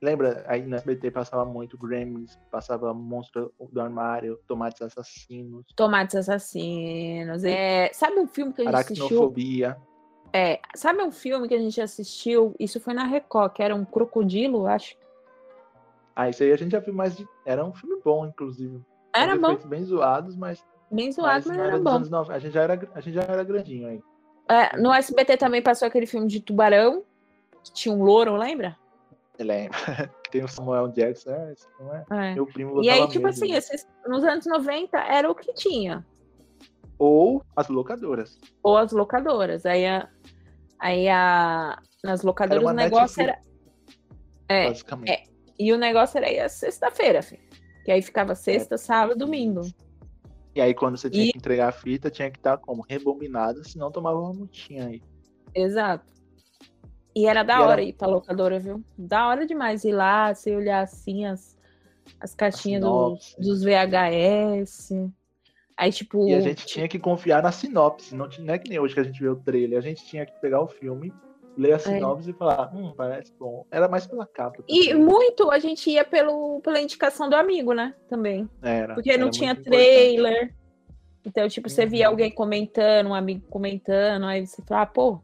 S2: Lembra? Aí na SBT passava muito Gremlins, passava Monstro do Armário, Tomates Assassinos,
S1: Tomates Assassinos. É, sabe um filme que a gente assistiu?
S2: Aracnofobia.
S1: É, sabe um filme que a gente assistiu? Isso foi na Record, que era um crocodilo, acho.
S2: Ah, isso aí a gente já viu mais de. Era um filme bom, inclusive.
S1: Era
S2: Uns
S1: bom.
S2: efeitos bem zoados, mas
S1: Bem zoado, mas,
S2: não
S1: era
S2: dos
S1: bom.
S2: anos 90. A gente já era, a gente já era grandinho aí.
S1: É, no SBT também passou aquele filme de tubarão, que tinha um louro, lembra?
S2: Eu lembro. é, Tem o Samuel Jackson, né? Esse não é?
S1: É.
S2: Meu primo
S1: E
S2: botava
S1: aí, tipo
S2: medo. né?
S1: assim, esses- nos anos 90 era o que tinha.
S2: Ou as locadoras.
S1: Ou as locadoras. Aí, a, aí a, nas locadoras
S2: uma
S1: o negócio era.
S2: Netflix.
S1: É,
S2: basicamente.
S1: E o negócio era aí a sexta-feira, filho. Que aí
S2: É.
S1: ficava sexta, sábado, domingo.
S2: E aí, quando você tinha
S1: E-
S2: que entregar a fita, tinha que estar como? Rebobinada, senão tomava uma multinha aí.
S1: Exato. E era da
S2: E era-
S1: hora ir pra locadora, viu? Da hora demais ir lá, você olhar assim as, as caixinhas do-
S2: sinopse.
S1: dos VHS. Aí, tipo.
S2: E a gente tinha que confiar na sinopse. Não, tinha, não é que nem hoje que a gente vê o trailer. A gente tinha que pegar o filme, ler
S1: É.
S2: a sinopse e falar, hum, parece bom. Era mais pela capa.
S1: E
S2: também.
S1: muito a gente ia pelo, pela indicação do amigo, né? Também.
S2: Era,
S1: Porque não
S2: era
S1: tinha
S2: muito importante.
S1: trailer. Então, tipo, você via
S2: Uhum.
S1: alguém comentando, um amigo comentando, aí você fala, ah, pô,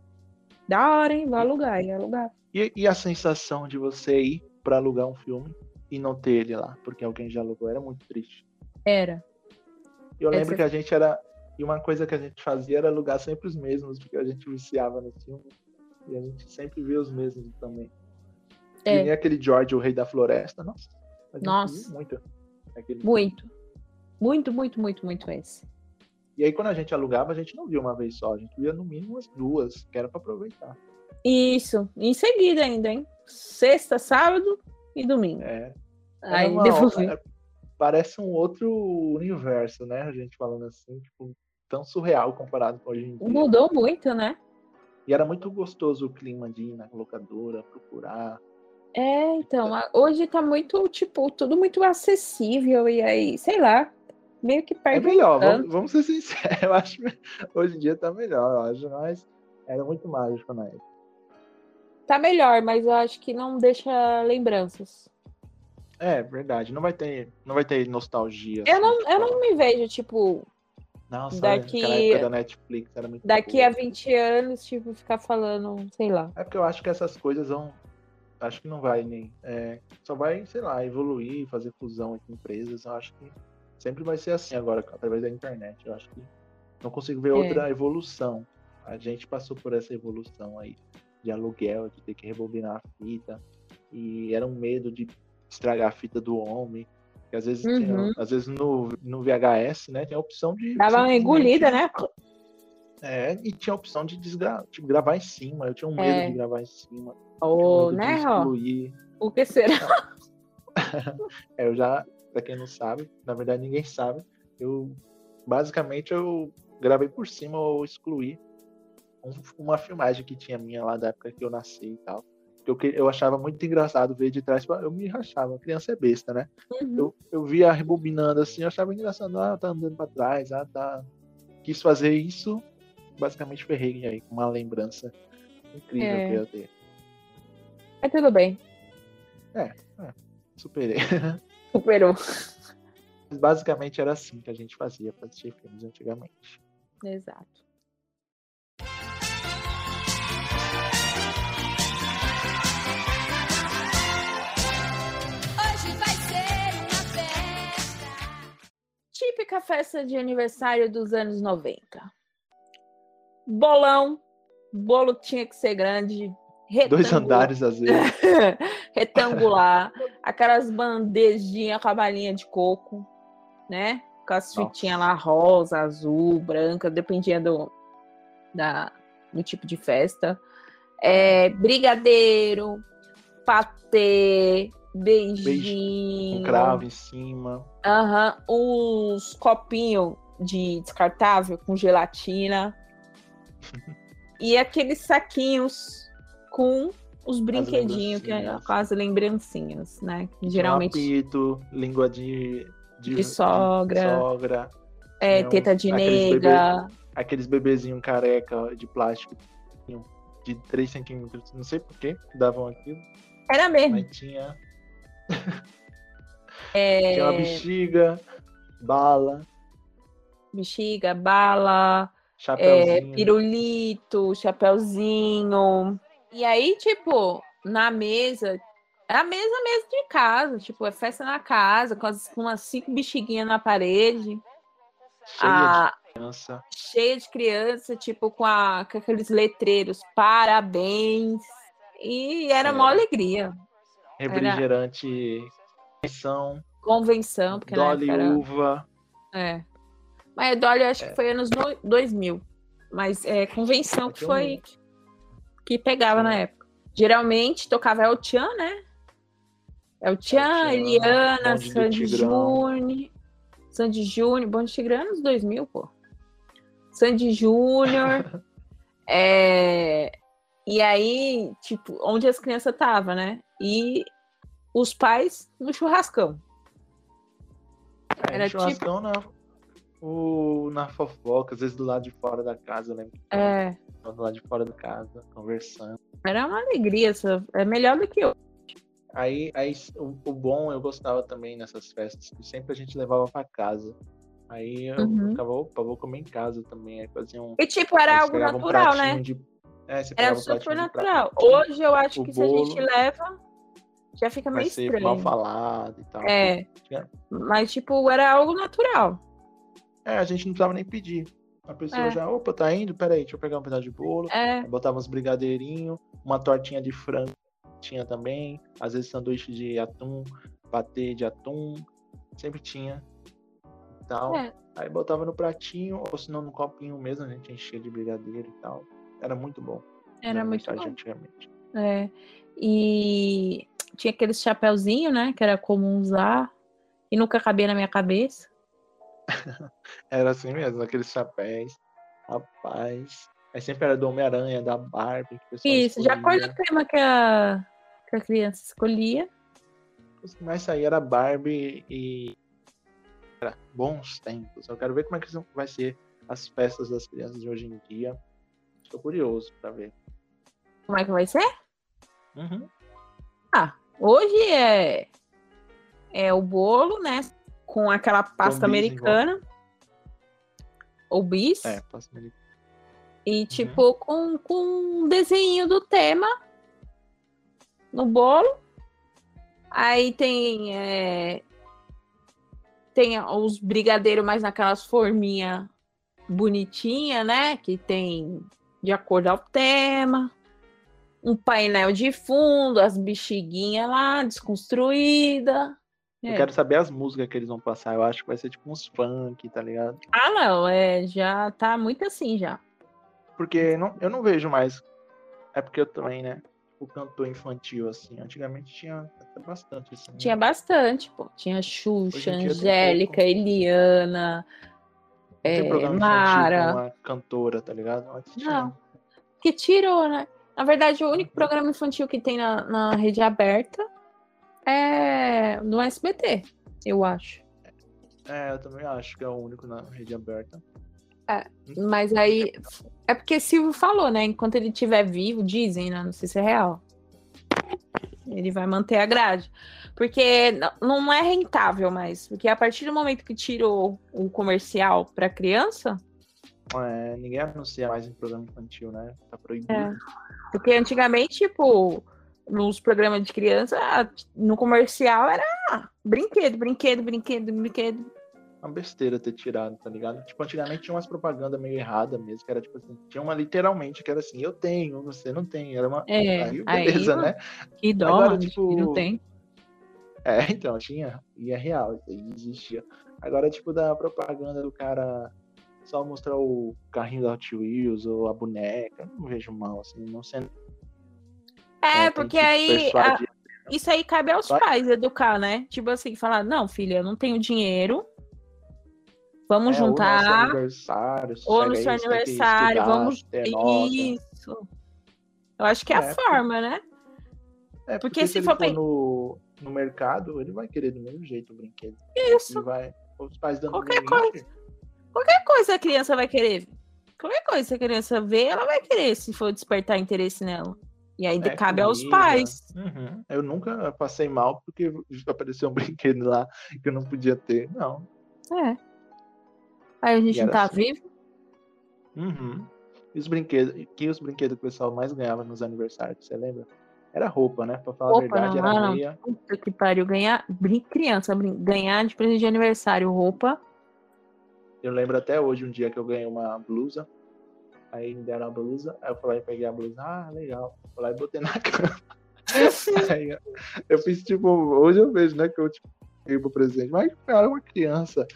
S1: da hora, hein? Vai alugar, ia alugar.
S2: E, e a sensação de você ir pra alugar um filme e não ter ele lá, porque alguém já alugou, era muito triste.
S1: Era.
S2: Eu
S1: Essa-
S2: lembro que a gente era. E uma coisa que a gente fazia era alugar sempre os mesmos, porque a gente viciava no filme. E a gente sempre via os mesmos também.
S1: É.
S2: E nem aquele George, o Rei da Floresta, nossa. a gente
S1: Nossa.
S2: viu Muito. aquele
S1: Muito. Muito, muito, muito, muito esse.
S2: E aí, quando a gente alugava, a gente não via uma vez só, a gente via no mínimo umas duas, que era pra aproveitar.
S1: Isso. Em seguida ainda, hein? Sexta, sábado e domingo.
S2: É, era
S1: aí
S2: uma-
S1: devolvi.
S2: é, Parece um outro universo, né? A gente falando assim, tipo, tão surreal comparado com hoje em dia.
S1: Mudou muito, né?
S2: E era muito gostoso o clima de ir na locadora, procurar.
S1: É, então, a- hoje tá muito, tipo, tudo muito acessível e aí, sei lá, meio que
S2: É
S1: perde. um
S2: melhor,
S1: tanto.
S2: vamos, vamos ser sinceros. Eu acho que hoje em dia tá melhor, eu acho, mas era muito mágico na época.
S1: Tá melhor, mas eu acho que não deixa lembranças.
S2: É, verdade. Não vai ter, não vai ter nostalgia.
S1: Eu
S2: assim,
S1: não,
S2: tipo,
S1: eu não me vejo, tipo,
S2: Nossa,
S1: daqui-
S2: aquela época da Netflix era muito
S1: daqui
S2: boa.
S1: a 20 anos, tipo, ficar falando, sei lá.
S2: É porque eu acho que essas coisas vão. Acho que não vai nem. é, só vai, sei lá, evoluir, fazer fusão entre empresas. Eu acho que sempre vai ser assim agora, através da internet. Eu acho que não consigo ver
S1: É.
S2: outra evolução. A gente passou por essa evolução aí de aluguel, de ter que rebobinar a fita. E era um medo de estragar a fita do homem. Que às vezes, tinha-
S1: Uhum.
S2: às vezes no, no VHS, né, tem a opção de.
S1: Dava uma
S2: simplesmente-
S1: engolida, né?
S2: É, e tinha a opção de desgra... tipo, gravar em cima. Eu tinha um medo
S1: É.
S2: de gravar em cima.
S1: Ou,
S2: É Muito
S1: né,
S2: de
S1: ó,
S2: excluir.
S1: o que será?
S2: É, eu já, pra quem não sabe, na verdade ninguém sabe, eu basicamente eu gravei por cima ou excluí um- uma filmagem que tinha minha lá da época que eu nasci e tal. Que Eu, que- eu achava muito engraçado ver de trás, pra- eu me rachava, criança é besta, né?
S1: Uhum.
S2: Eu, eu via rebobinando assim, eu achava engraçado, ah, tá andando pra trás, ah, tá. Quis fazer isso, basicamente ferrei aí, com uma lembrança incrível
S1: É.
S2: que eu tenho.
S1: Mas tudo bem,
S2: Superei.
S1: superou.
S2: Mas basicamente era assim que a gente fazia para assistir filmes antigamente.
S1: Exato.
S5: Hoje vai ser uma festa.
S1: Típica festa de aniversário dos anos 90. Bolão, bolo tinha que ser grande. É,
S2: Dois
S1: retangular.
S2: andares às vezes.
S1: retangular, aquelas bandejinhas com a balinha de coco, né? Com as
S2: Nossa.
S1: fitinhas lá rosa, azul, branca, dependia do, da, do tipo de festa. É, brigadeiro, patê, beijinho,
S2: Um cravo em cima.
S1: aham, uns copinhos de descartável com gelatina e aqueles saquinhos com os brinquedinhos, que é,
S2: lembrancinhas.
S1: com as lembrancinhas, né? Que
S2: Tinha
S1: geralmente
S2: um apito, língua de,
S1: De sogra.
S2: sogra,
S1: é
S2: tinha um-
S1: teta de
S2: aqueles
S1: nega.
S2: Aqueles bebezinhos careca de plástico de 3 centímetros. Não sei por que davam aquilo,
S1: Era mesmo.
S2: mas tinha,
S1: É,
S2: tinha uma bexiga, bala,
S1: bexiga, bala, é,
S2: chapéuzinho.
S1: pirulito, chapéuzinho. E aí, tipo, na mesa, é a mesa mesmo de casa, tipo, é festa na casa, com, as, com umas cinco bexiguinhas na parede. a,
S2: criança.
S1: cheia de criança, tipo, com, a, com aqueles letreiros, parabéns. E era
S2: É.
S1: mó alegria.
S2: Refrigerante, são,
S1: Convenção, porque na
S2: Dolly
S1: época era-
S2: uva.
S1: É. Mas Dolly eu acho que foi anos no- 2000. Mas é convenção que
S2: Aqui É. é um
S1: foi que pegava na
S2: É.
S1: época. Geralmente tocava El Chan, né? El Chan,
S2: El-chan,
S1: Eliana,
S2: Bonde do
S1: Sandy
S2: Tigrão.
S1: Júnior. Sandy Júnior. Bonde Tigrano nos 2000, pô. Sandy Júnior. é, E aí, tipo, onde as crianças estavam, né? E os pais no churrascão.
S2: É,
S1: Era
S2: churrascão na, o, na fofoca, às vezes do lado de fora da casa, eu lembro. que
S1: É.
S2: tava Do lado de fora da casa, conversando.
S1: Era uma alegria, essa- é melhor do que eu.
S2: Aí, aí o, o bom eu gostava também nessas festas, que sempre a gente levava pra casa. Aí eu
S1: Uhum.
S2: ficava, opa, vou comer em casa também. Aí fazia um.
S1: E tipo, era
S2: aí
S1: algo
S2: pegava um
S1: natural,
S2: pratinho
S1: né?
S2: de- é, você
S1: Era
S2: pegava um
S1: super
S2: pratinho de
S1: natural.
S2: prato,
S1: Hoje eu acho
S2: o
S1: que se a gente
S2: bolo.
S1: leva, já fica meio
S2: Vai ser mal
S1: estranho.
S2: falado e tal.
S1: É.
S2: É.
S1: Mas, tipo, era algo natural.
S2: É, a gente não precisava nem pedir. A pessoa
S1: É.
S2: já, opa, tá indo? Peraí, deixa eu pegar um pedaço de bolo.
S1: É,
S2: Botava uns brigadeirinhos, uma tortinha de frango tinha também. Às vezes sanduíche de atum, patê de atum. Sempre tinha. E tal.
S1: É.
S2: Aí botava no pratinho, ou se não no copinho mesmo, a gente enchia de brigadeiro e tal. Era muito bom.
S1: era muito
S2: nostalgia
S1: bom.
S2: antigamente.
S1: É. E tinha aquele chapéuzinho, né? Que era comum usar. E nunca cabia na minha cabeça.
S2: Era assim mesmo, aqueles chapéus. Rapaz. Aí sempre era do Homem-Aranha, da Barbie. que o pessoal
S1: Isso, de acordo
S2: escolhia.
S1: com o tema que a, que a criança escolhia.
S2: Os que mais saía era Barbie e. Cara, bons tempos. Eu quero ver como é que são- vai ser as festas das crianças de hoje em dia. Estou curioso pra ver.
S1: Como é que vai ser?
S2: Uhum.
S1: Ah, hoje é é o bolo, né? Com aquela pasta
S2: bis em
S1: americana. Ou bis.
S2: É, próximo ali.
S1: E tipo, com, com um desenho do tema no bolo. Aí tem. é, tem os brigadeiros mais naquelas forminhas bonitinha, né? Que tem de acordo ao tema. Um painel de fundo, as bexiguinhas lá, desconstruída.
S2: Eu
S1: É.
S2: quero saber as músicas que eles vão passar. Eu acho que vai ser tipo uns funk, tá ligado?
S1: Ah, não, é, já tá muito assim já.
S2: Porque não, eu não vejo mais. É porque eu também, né? O cantor infantil, assim. Antigamente tinha até bastante, assim. né?
S1: Tinha bastante, pô. Tinha
S2: Hoje
S1: Xuxa,
S2: em dia tem
S1: Angélica,
S2: pouco.
S1: Eliana,
S2: Não tem
S1: é,
S2: programa
S1: Mara.
S2: infantil com uma cantora, tá ligado? Antes tinha.
S1: Não. Que tirou, né? Na verdade, o único programa infantil que tem na, na rede aberta é no SBT, eu acho.
S2: É, eu também acho que é o único na rede aberta.
S1: Mas aí. É porque Silvio falou, né? Enquanto ele estiver vivo, dizem, né? Não sei se é real. Ele vai manter a grade. Porque n- não é rentável mais. Porque a partir do momento que tirou o comercial para criança,
S2: É, ninguém anuncia mais em programa infantil, né? Tá proibido.
S1: É. Porque antigamente, tipo, nos programas de criança, a- no comercial era brinquedo, brinquedo, brinquedo, brinquedo.
S2: É Uma besteira ter tirado, tá ligado? Tipo, antigamente tinha umas propagandas meio erradas mesmo, que era tipo assim, tinha uma literalmente que era assim, eu tenho, você não tem. Era uma.
S1: É,
S2: aí, beleza,
S1: aí,
S2: né?
S1: Que dó,
S2: Agora,
S1: mano,
S2: tipo,
S1: que não tem.
S2: É, então, tinha. E é real, isso aí existia. Agora, tipo, da propaganda do cara só mostrar o carrinho da Hot Wheels ou a boneca, eu não vejo mal, assim, não sendo.
S1: É,
S2: tem
S1: porque
S2: que
S1: aí ah, a-
S2: persuadir.
S1: isso aí cabe aos
S2: Vai.
S1: pais educar, né? Tipo assim, falar, não, filha, eu não tenho dinheiro. Vamos
S2: É, ou no seu
S1: juntar.
S2: aniversário,
S1: ou no seu
S2: sossega aí, você tem que
S1: aniversário,
S2: estudar,
S1: vamos-
S2: ter nota.
S1: Isso. Eu acho que é a
S2: É, porque-
S1: forma, né?
S2: É,
S1: Porque
S2: porque,
S1: se
S2: se, ele
S1: for
S2: for,
S1: pen-
S2: no, no mercado, ele vai querer do mesmo jeito o brinquedo.
S1: É Isso.
S2: Ele vai, os pais dando
S1: Qualquer
S2: limite,
S1: Qualquer coisa a criança vai querer. Qualquer coisa que a criança vê, ela vai querer, se for despertar interesse nela. E aí
S2: É,
S1: cabe aos
S2: comida.
S1: pais.
S2: Uhum. Eu nunca passei mal porque apareceu um brinquedo lá que eu não podia ter. Não.
S1: É. Aí a gente
S2: E
S1: não
S2: era
S1: tá
S2: assim.
S1: vivo.
S2: Uhum. E os brinquedos, que os brinquedos que o pessoal mais ganhava nos aniversários, você lembra? Era roupa, né? Pra falar
S1: Roupa,
S2: a verdade,
S1: não,
S2: era
S1: não.
S2: meia.
S1: Puta que pariu. Ganhar. brin- Criança, brin- ganhar de presente de aniversário roupa.
S2: Eu lembro até hoje um dia que eu ganhei uma blusa. Aí me deram a blusa, aí eu fui lá e peguei a blusa. Ah, legal. Fui lá e botei na cama. aí eu, eu fiz tipo, hoje eu vejo, né, que eu tipo, peguei pro presente. Mas eu era uma criança.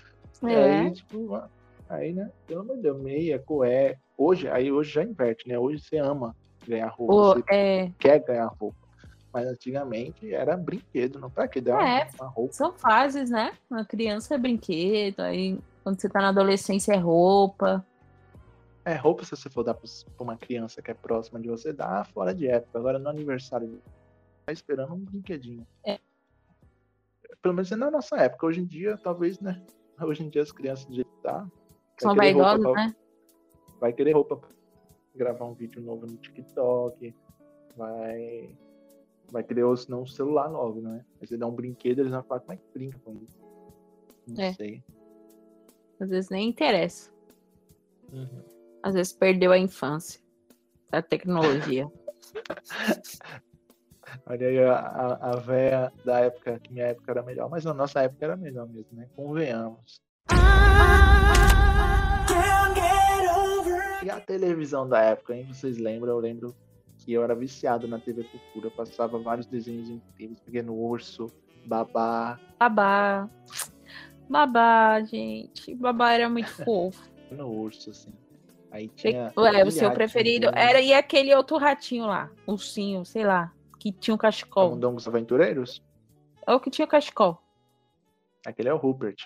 S2: E
S1: É.
S2: Aí, tipo, aí, né, pelo amor de Deus, meia, cué. Hoje, aí hoje já inverte, né? Hoje você ama ganhar roupa,
S1: Ô,
S2: você
S1: é,
S2: quer ganhar roupa. Mas antigamente era brinquedo, não pra que dar
S1: É.
S2: uma- uma roupa.
S1: são fases, né? Na criança é brinquedo, aí quando você tá na adolescência é roupa.
S2: É, roupa se você for dar pros- pra uma criança que é próxima de você, dá fora de época. Agora no aniversário, tá esperando um brinquedinho.
S1: É.
S2: Pelo menos é na nossa época. Hoje em dia, talvez, né? Hoje em dia as crianças do jeito que tá,
S1: São
S2: querer roupa
S1: vaidosas,
S2: pra-
S1: né?
S2: vai querer roupa pra gravar um vídeo novo no TikTok, vai vai querer ou senão um celular logo, né? Aí você dá um brinquedo, eles vão falar como é que brinca com isso. Não
S1: É.
S2: sei.
S1: Às vezes nem interessa.
S2: Uhum.
S1: Às vezes perdeu a infância da tecnologia.
S2: Olha aí a, a, a véia da época, que minha época era melhor, mas a nossa época era melhor mesmo, né? Convenhamos. E a televisão da época, hein? Vocês lembram? Eu lembro que eu era viciado na TV Cultura, passava vários desenhos incríveis, Pequeno Urso, Babá,
S1: Babá. Babá, gente. Babá era muito fofo.
S2: no urso, assim. Aí tinha. um
S1: É, o seu
S2: Ratinho,
S1: preferido era e aquele outro ratinho lá, ursinho, sei lá, que tinha um cachecol.
S2: Camundongos Aventureiros?
S1: É o que tinha cachecol.
S2: Aquele é o Rupert.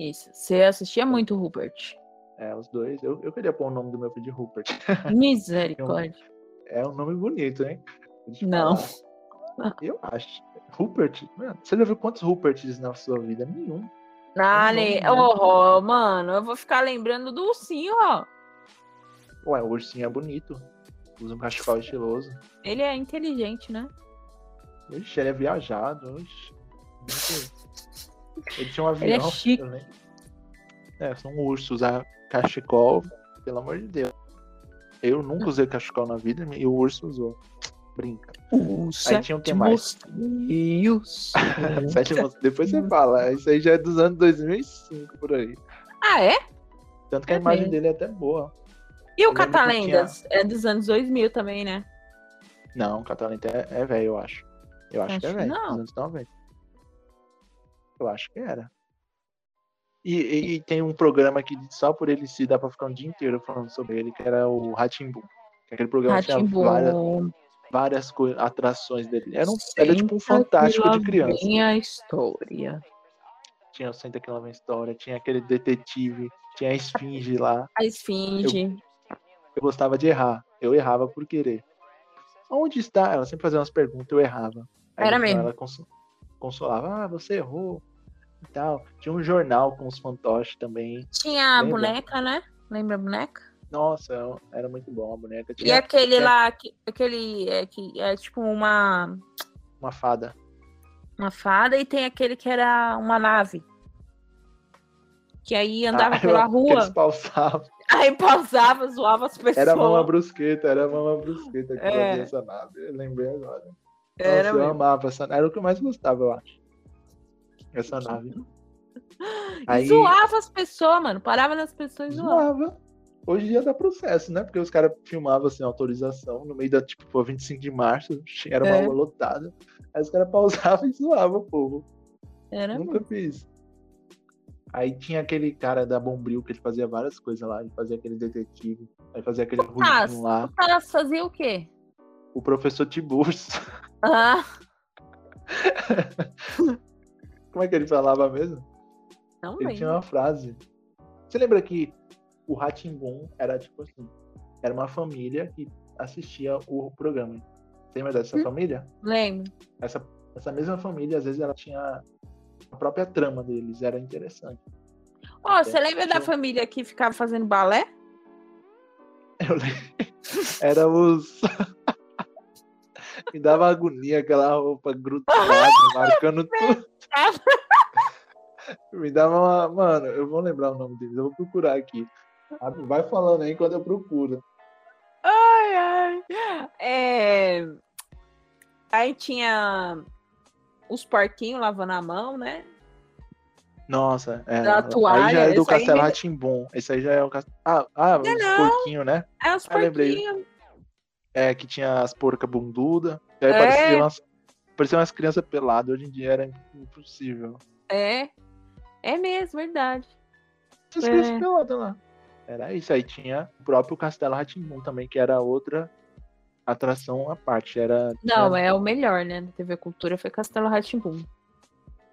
S1: Isso. Você assistia muito, Rupert.
S2: É, os dois. Eu, eu queria pôr o nome do meu filho de Rupert.
S1: Misericórdia.
S2: É um nome bonito, hein? Deixa eu te
S1: Não.
S2: falar. Eu acho. Rupert? Mano, você já viu quantos Ruperts na sua vida? Nenhum.
S1: Ah,
S2: não, né?
S1: le...
S2: não.
S1: Oh, mano, eu vou ficar lembrando do ursinho, ó.
S2: Ué, o ursinho é bonito. Usa um cachecol estiloso.
S1: Ele é inteligente, né?
S2: Ixi, ele é viajado. Ixi. Muito- Ele tinha um
S1: Ele é
S2: avião.
S1: chique.
S2: eu lembro. É, são ursos. A cachecol, pelo amor de Deus. Eu nunca usei cachecol na vida e o urso usou. Brinca. Aí tinha o que mais? Sete mosquitos. Depois você fala. Isso aí já é dos anos 2005 por aí.
S1: Ah, é?
S2: Tanto que a
S1: É
S2: imagem
S1: mesmo.
S2: dele é até boa.
S1: E
S2: Eu
S1: o
S2: lembro que
S1: Catalendas? É dos anos 2000 também, né?
S2: Não, Catalenta é, é velho, eu acho. Eu acho, que é
S1: Acho
S2: velho.
S1: que não.
S2: Dos anos 90. Eu acho que era. E, e- e tem um programa que só por ele se dá pra ficar um dia inteiro falando sobre ele, que era o Ratimbu. é Aquele programa
S1: Ratimbu.
S2: tinha várias, várias coi- atrações dele. Era, um, era tipo um fantástico de criança.
S1: Minha história.
S2: Tinha o Senta Que Lá Vem História, tinha aquele detetive, tinha a Esfinge lá.
S1: A esfinge.
S2: Eu gostava de errar. Eu errava por querer. Onde está? Ela sempre fazia umas perguntas, eu errava. Aí,
S1: Era
S2: no final,
S1: mesmo.
S2: Ela conso- consolava, ah, você errou. E tal. Tinha um jornal com os fantoches também.
S1: Tinha a
S2: Lembra?
S1: boneca, né? Lembra a boneca?
S2: Nossa, eu- era muito bom a boneca.
S1: E
S2: Tinha
S1: aquele
S2: é.
S1: lá, que- aquele é, que é tipo uma,
S2: uma fada.
S1: uma fada e tem aquele que era uma nave. Que aí andava
S2: Ah,
S1: pela
S2: que
S1: rua,
S2: eles pausavam.
S1: aí pausava, zoava as pessoas.
S2: Era a mama brusqueta, era a mama brusqueta que
S1: É.
S2: fazia essa nave. Eu lembrei agora. Nossa,
S1: Era
S2: eu
S1: mesmo.
S2: amava essa nave. Era o que eu mais gostava, eu acho. Essa nave. Aí-
S1: Zoava as pessoas, mano. Parava nas pessoas e zoava.
S2: Zoava. Hoje já dá processo, né? Porque os caras filmavam sem autorização no meio da, tipo, pô, 25 de março, era uma
S1: É.
S2: rua lotada. Aí os caras pausavam e zoavam o povo.
S1: Era
S2: Nunca fiz. Aí tinha aquele cara da Bombril que ele fazia várias coisas lá, ele fazia aquele detetive, aí fazia aquele
S1: Tasso.
S2: ruidinho lá.
S1: O cara fazia o quê?
S2: O professor Tiburcio,
S1: Ah,
S2: como é que ele falava mesmo?
S1: não
S2: Ele tinha
S1: lembro.
S2: uma frase. Você lembra que o Ratimbun era tipo assim, era uma família que assistia o programa. Você lembra dessa
S1: Hum.
S2: família?
S1: Lembro.
S2: Essa, essa mesma família, às vezes, ela tinha a própria trama deles, era interessante.
S1: Ó, você lembra da
S2: É. Tinha-
S1: família que ficava fazendo balé?
S2: Eu lembro. Era os. Me dava agonia aquela roupa grudada, marcando tudo. Me dava uma. Mano, eu vou lembrar o nome deles, eu vou procurar aqui. Ah, Vai falando aí quando eu procuro.
S1: Ai, ai. É... Aí tinha os porquinhos lavando a mão, né?
S2: Nossa, é.
S1: Da toalha,
S2: aí já é do
S1: isso aí
S2: Castelo
S1: já-
S2: Ratimbum. Esse aí já é o Castelo. Ah, ah
S1: Não,
S2: os
S1: não.
S2: porquinho, né?
S1: É os
S2: Ah, lembrei.
S1: porquinhos.
S2: É, que tinha as porcas bundudas. Aí
S1: É.
S2: parecia umas, parecia umas crianças peladas. Hoje em dia era impossível.
S1: É. É mesmo, verdade.
S2: Essas
S1: É.
S2: crianças peladas lá. Era isso. Aí tinha o próprio Castelo Ratimbum também, que era outra atração à parte. Era.
S1: Não,
S2: era-
S1: é o melhor, né? Da TV Cultura foi Castelo Ratimbum.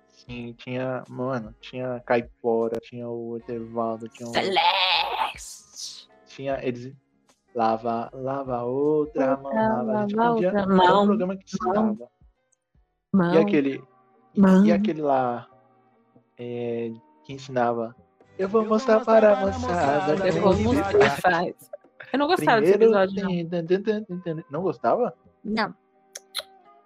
S2: Sim, tinha. Mano, tinha Caipora, tinha o Etevaldo, tinha o.
S1: Celeste!
S2: Tinha. Eles. Lava, lava outra mão, lava. A gente
S1: lava
S2: podia-
S1: outra
S2: era
S1: mão,
S2: um programa que
S1: mão.
S2: estava.
S1: Mão.
S2: E aquele. e-
S1: Mão.
S2: E aquele lá. é, que ensinava. Eu vou mostrar para a moçada.
S1: Eu
S2: como
S1: vou
S2: se
S1: mostrar
S2: faz.
S1: que faz. Eu não gostava desse
S2: Primeiro
S1: episódio, não.
S2: tem- tan, tan, tan, tan, tan. Não gostava?
S1: Não.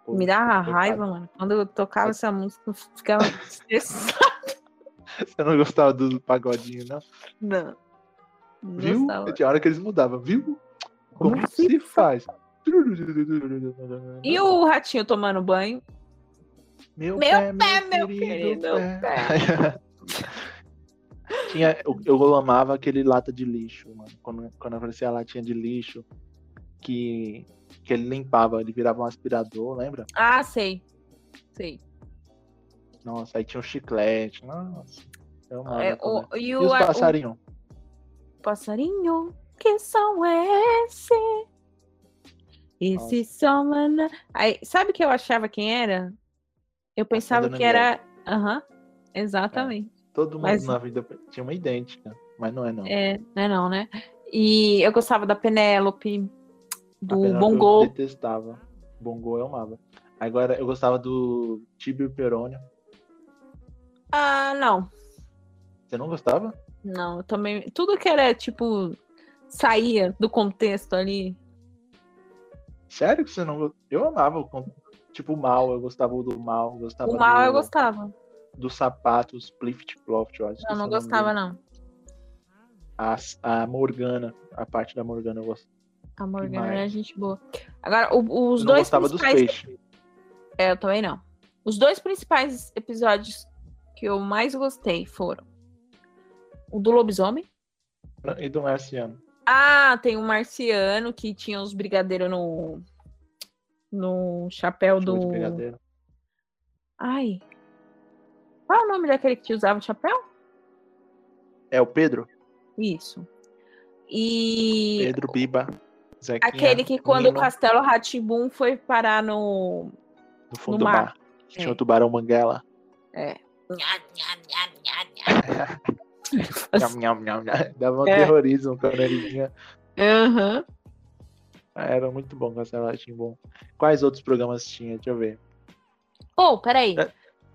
S2: Pô,
S1: Me dá uma
S2: coitado.
S1: raiva, mano. Quando eu tocava essa música, eu ficava estressada.
S2: Você não gostava do pagodinho, não?
S1: Não
S2: Viu?
S1: gostava.
S2: Tinha hora que eles mudavam, viu?
S1: Como
S2: Como
S1: se
S2: se faz?
S1: E o ratinho tomando banho?
S2: Meu,
S1: Meu
S2: pé,
S1: meu querido
S2: pé. Tinha, eu, eu amava aquele lata de lixo, mano. Quando, quando aparecia a latinha de lixo, que, que ele limpava, ele virava um aspirador, lembra?
S1: Ah, sei. Sei.
S2: Nossa, aí tinha um chiclete. Nossa, eu amava.
S1: É, o-
S2: também.
S1: e
S2: E
S1: o,
S2: os
S1: a- o
S2: passarinhos?
S1: passarinho, que som é esse? Esse som, mano. Aí, sabe que eu achava quem era?
S2: Tá
S1: Eu pensava
S2: Dona
S1: que era. Aham, exatamente.
S2: Todo mundo
S1: Mas-
S2: na vida tinha uma idêntica, mas não é não.
S1: É. não é não, né? E eu gostava da Penélope, do
S2: Apesar que Eu
S1: Bongo.
S2: detestava. Bongo eu amava. Agora, eu gostava do Tibio Perônio.
S1: Ah, não.
S2: Você não gostava?
S1: Não, eu também. Tudo que era, tipo, saía do contexto ali.
S2: Sério que você não gostava? Eu amava o con- tipo o mal, eu gostava do mal, eu gostava
S1: o mal
S2: do,
S1: eu gostava.
S2: dos sapatos, plift ploft, eu
S1: Eu
S2: acho. esqueci
S1: não
S2: o nome
S1: gostava,
S2: dele.
S1: não.
S2: A, a Morgana, a parte da Morgana eu gostava.
S1: A Morgana
S2: mais?
S1: era gente boa. Agora, o- os
S2: eu não
S1: dois
S2: gostava dos
S1: principais
S2: peixes.
S1: É, eu também não. Os dois principais episódios que eu mais gostei foram o do lobisomem.
S2: E do Marciano.
S1: Ah, tem o marciano que tinha os brigadeiros no no chapéu
S2: Chuva de
S1: É do.
S2: brigadeiro.
S1: Ai. Qual é o nome daquele que usava o chapéu?
S2: É o Pedro?
S1: Isso. E
S2: Pedro Biba. Zequinha,
S1: aquele que quando
S2: Nino,
S1: o Castelo Ratibum foi parar no.
S2: do fundo
S1: no
S2: do
S1: mar.
S2: mar. Tinha
S1: É.
S2: o tubarão manguela.
S5: Nham, nham, nham, nham, nham.
S2: Nham, nham, nham, nham. Dava um
S1: É.
S2: terrorismo quando ele vinha.
S1: Aham.
S2: Ah, Era muito bom, Castelo bom. Quais outros programas tinha? Deixa eu ver.
S1: Oh, peraí.
S2: É.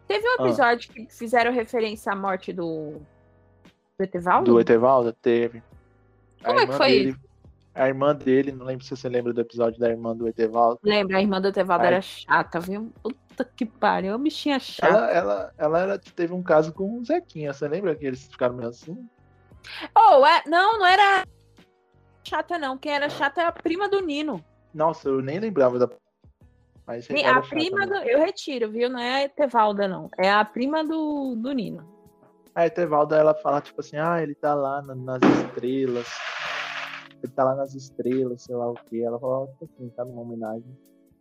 S1: Teve um
S2: Ah.
S1: episódio que fizeram referência à morte do. Do Etevaldo?
S2: Do Etevaldo? Teve.
S1: Como é que foi
S2: dele, A irmã dele, não lembro se você lembra do episódio da irmã do Etevaldo.
S1: Lembra, a irmã do Etevaldo
S2: Ai.
S1: era chata, viu? Puta que pariu, é uma bichinha chata.
S2: Ela, ela, ela era- teve um caso com o Zequinha, você lembra que eles ficaram meio assim?
S1: Oh, é- não, não era chata, não. Quem era chata é a prima do Nino.
S2: Nossa, eu nem lembrava da. Mas
S1: Ni-
S2: era
S1: a
S2: chata né?
S1: prima
S2: mesmo.
S1: do. Eu retiro, viu? Não é a Etevalda, não. É a prima do, do Nino.
S2: A Etevaldo, ela fala tipo assim: ah, ele tá lá na- nas estrelas. Ele tá lá nas estrelas, sei lá o que. Ela falava tipo assim, tá numa homenagem.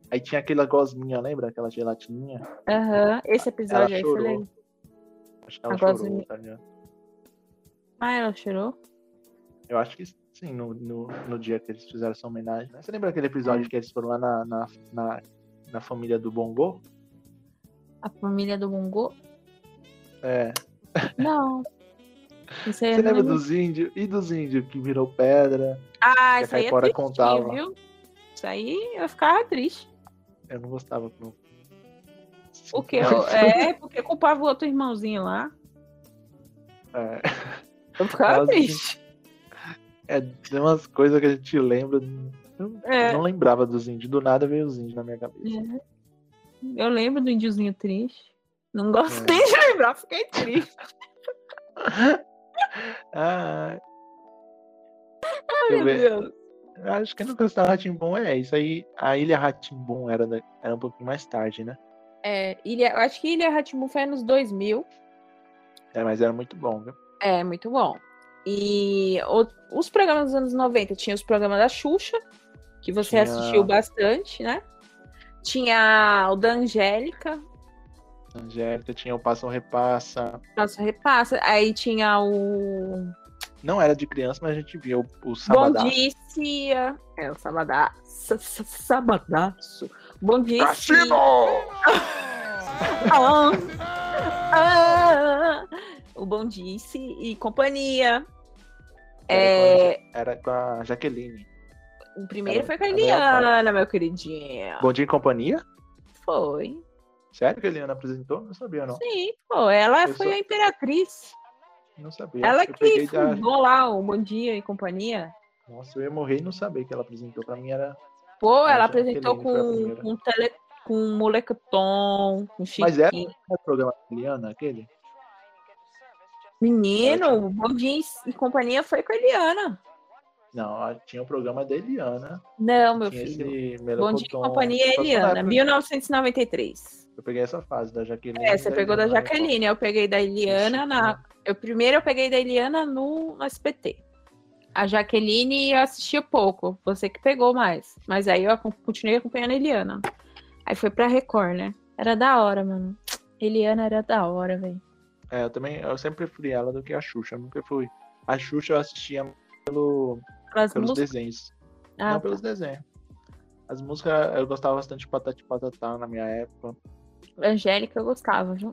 S2: Aí tinha aquela gosminha, lembra? Aquela gelatinha.
S1: Aham, esse episódio aí
S2: chorou.
S1: foi legal.
S2: Acho que ela
S1: A
S2: chorou,
S1: gosminha.
S2: tá ligado?
S1: Ah, ela chorou?
S2: Eu acho que sim, no, no, no dia que eles fizeram essa homenagem. né? Você lembra aquele
S1: É.
S2: episódio que eles foram lá na, na, na, na família do Bongo?
S1: A família do Bungo?
S2: É.
S1: Não. Isso aí eu É,
S2: Você
S1: não
S2: lembra
S1: lembro.
S2: dos índios? E dos índios que virou pedra?
S1: Ah,
S2: que
S1: isso
S2: a
S1: aí é
S2: Caipora
S1: tristinho,
S2: contava.
S1: viu? Isso aí eu ficava triste.
S2: Eu não gostava. Não.
S1: Porque eu, é, porque culpava o outro irmãozinho lá.
S2: É,
S1: Eu ficava
S2: Nossa,
S1: triste.
S2: é, tem umas coisas que a gente lembra. Eu
S1: É.
S2: não lembrava dos índios. Do nada veio os índios na minha cabeça.
S1: É. Eu lembro do índiozinho triste.
S2: É.
S1: Não gosto nem de lembrar, fiquei triste.
S2: Ah,
S1: Meu
S2: eu ve-
S1: Deus.
S2: acho que no Castelo Ratimbom é isso aí. A Ilha Ratimbom era, da- era um pouquinho mais tarde, né?
S1: É, Ilha, eu acho que Ilha Ratimbun foi nos 2000.
S2: É, mas era muito bom, viu?
S1: É, muito bom. E o- os programas dos anos 90 tinha os programas da Xuxa, que você
S2: Tinha-
S1: assistiu bastante, né? Tinha o da Angélica,
S2: Angélica tinha o Passa ou Repassa.
S1: nosso repassa. Aí tinha o
S2: Não era de criança, mas a gente via o, o
S1: Bom
S2: Sabadão.
S1: Dícia. É, o Sabadá. sa- sa- Sabadaço. Bom Dícia.
S2: Cassino!
S1: Ah, ah, o Bom Disse e companhia. É,
S2: Era com a Jaqueline.
S1: o primeiro
S2: Era-
S1: foi com a
S2: era ela,
S1: Eliana, meu queridinho.
S2: Bom Dia e Companhia?
S1: Foi.
S2: Sério que a Eliana apresentou? Não sabia, não.
S1: Sim, pô. Ela
S2: Eu
S1: foi
S2: sou-
S1: a imperatriz.
S2: Não sabia.
S1: Ela
S2: Eu
S1: que
S2: peguei da-
S1: fundou lá o Bom Dia e companhia.
S2: Nossa, eu ia morrer e não saber que ela apresentou. Pra mim era.
S1: Pô,
S2: Mas
S1: ela
S2: é a
S1: apresentou
S2: Jaqueline foi a
S1: com,
S2: primeira.
S1: com, tele, com um molequetom, com
S2: Mas é, era-
S1: chiquinho.
S2: Era o programa da Eliana, aquele?
S1: Menino, o Bom Dia e companhia foi com a Eliana.
S2: Não, a- tinha o programa da Eliana.
S1: Não, meu
S2: tinha
S1: filho.
S2: esse
S1: Bom Dia e
S2: Melocotão.
S1: companhia é
S2: Só que na
S1: Eliana,
S2: época
S1: 1993.
S2: Eu peguei essa fase da Jaqueline.
S1: É,
S2: e
S1: você pegou da
S2: Eliana, né?
S1: Jaqueline, eu peguei da Eliana na. Eu, primeiro eu peguei da Eliana no, no SPT. A Jaqueline eu assistia pouco, você que pegou mais. Mas aí eu acom- continuei acompanhando a Eliana. Aí foi pra Record, né? Era da hora, mano. Eliana era da hora, velho.
S2: É, eu também, eu sempre preferi ela do que a Xuxa, eu nunca fui. A Xuxa eu assistia
S1: Pelas
S2: pelos
S1: músicas.
S2: desenhos,
S1: Ah,
S2: não pelos desenhos. As músicas, eu gostava bastante de Patati e Patatá na minha época.
S1: tá. Angélica eu gostava, viu?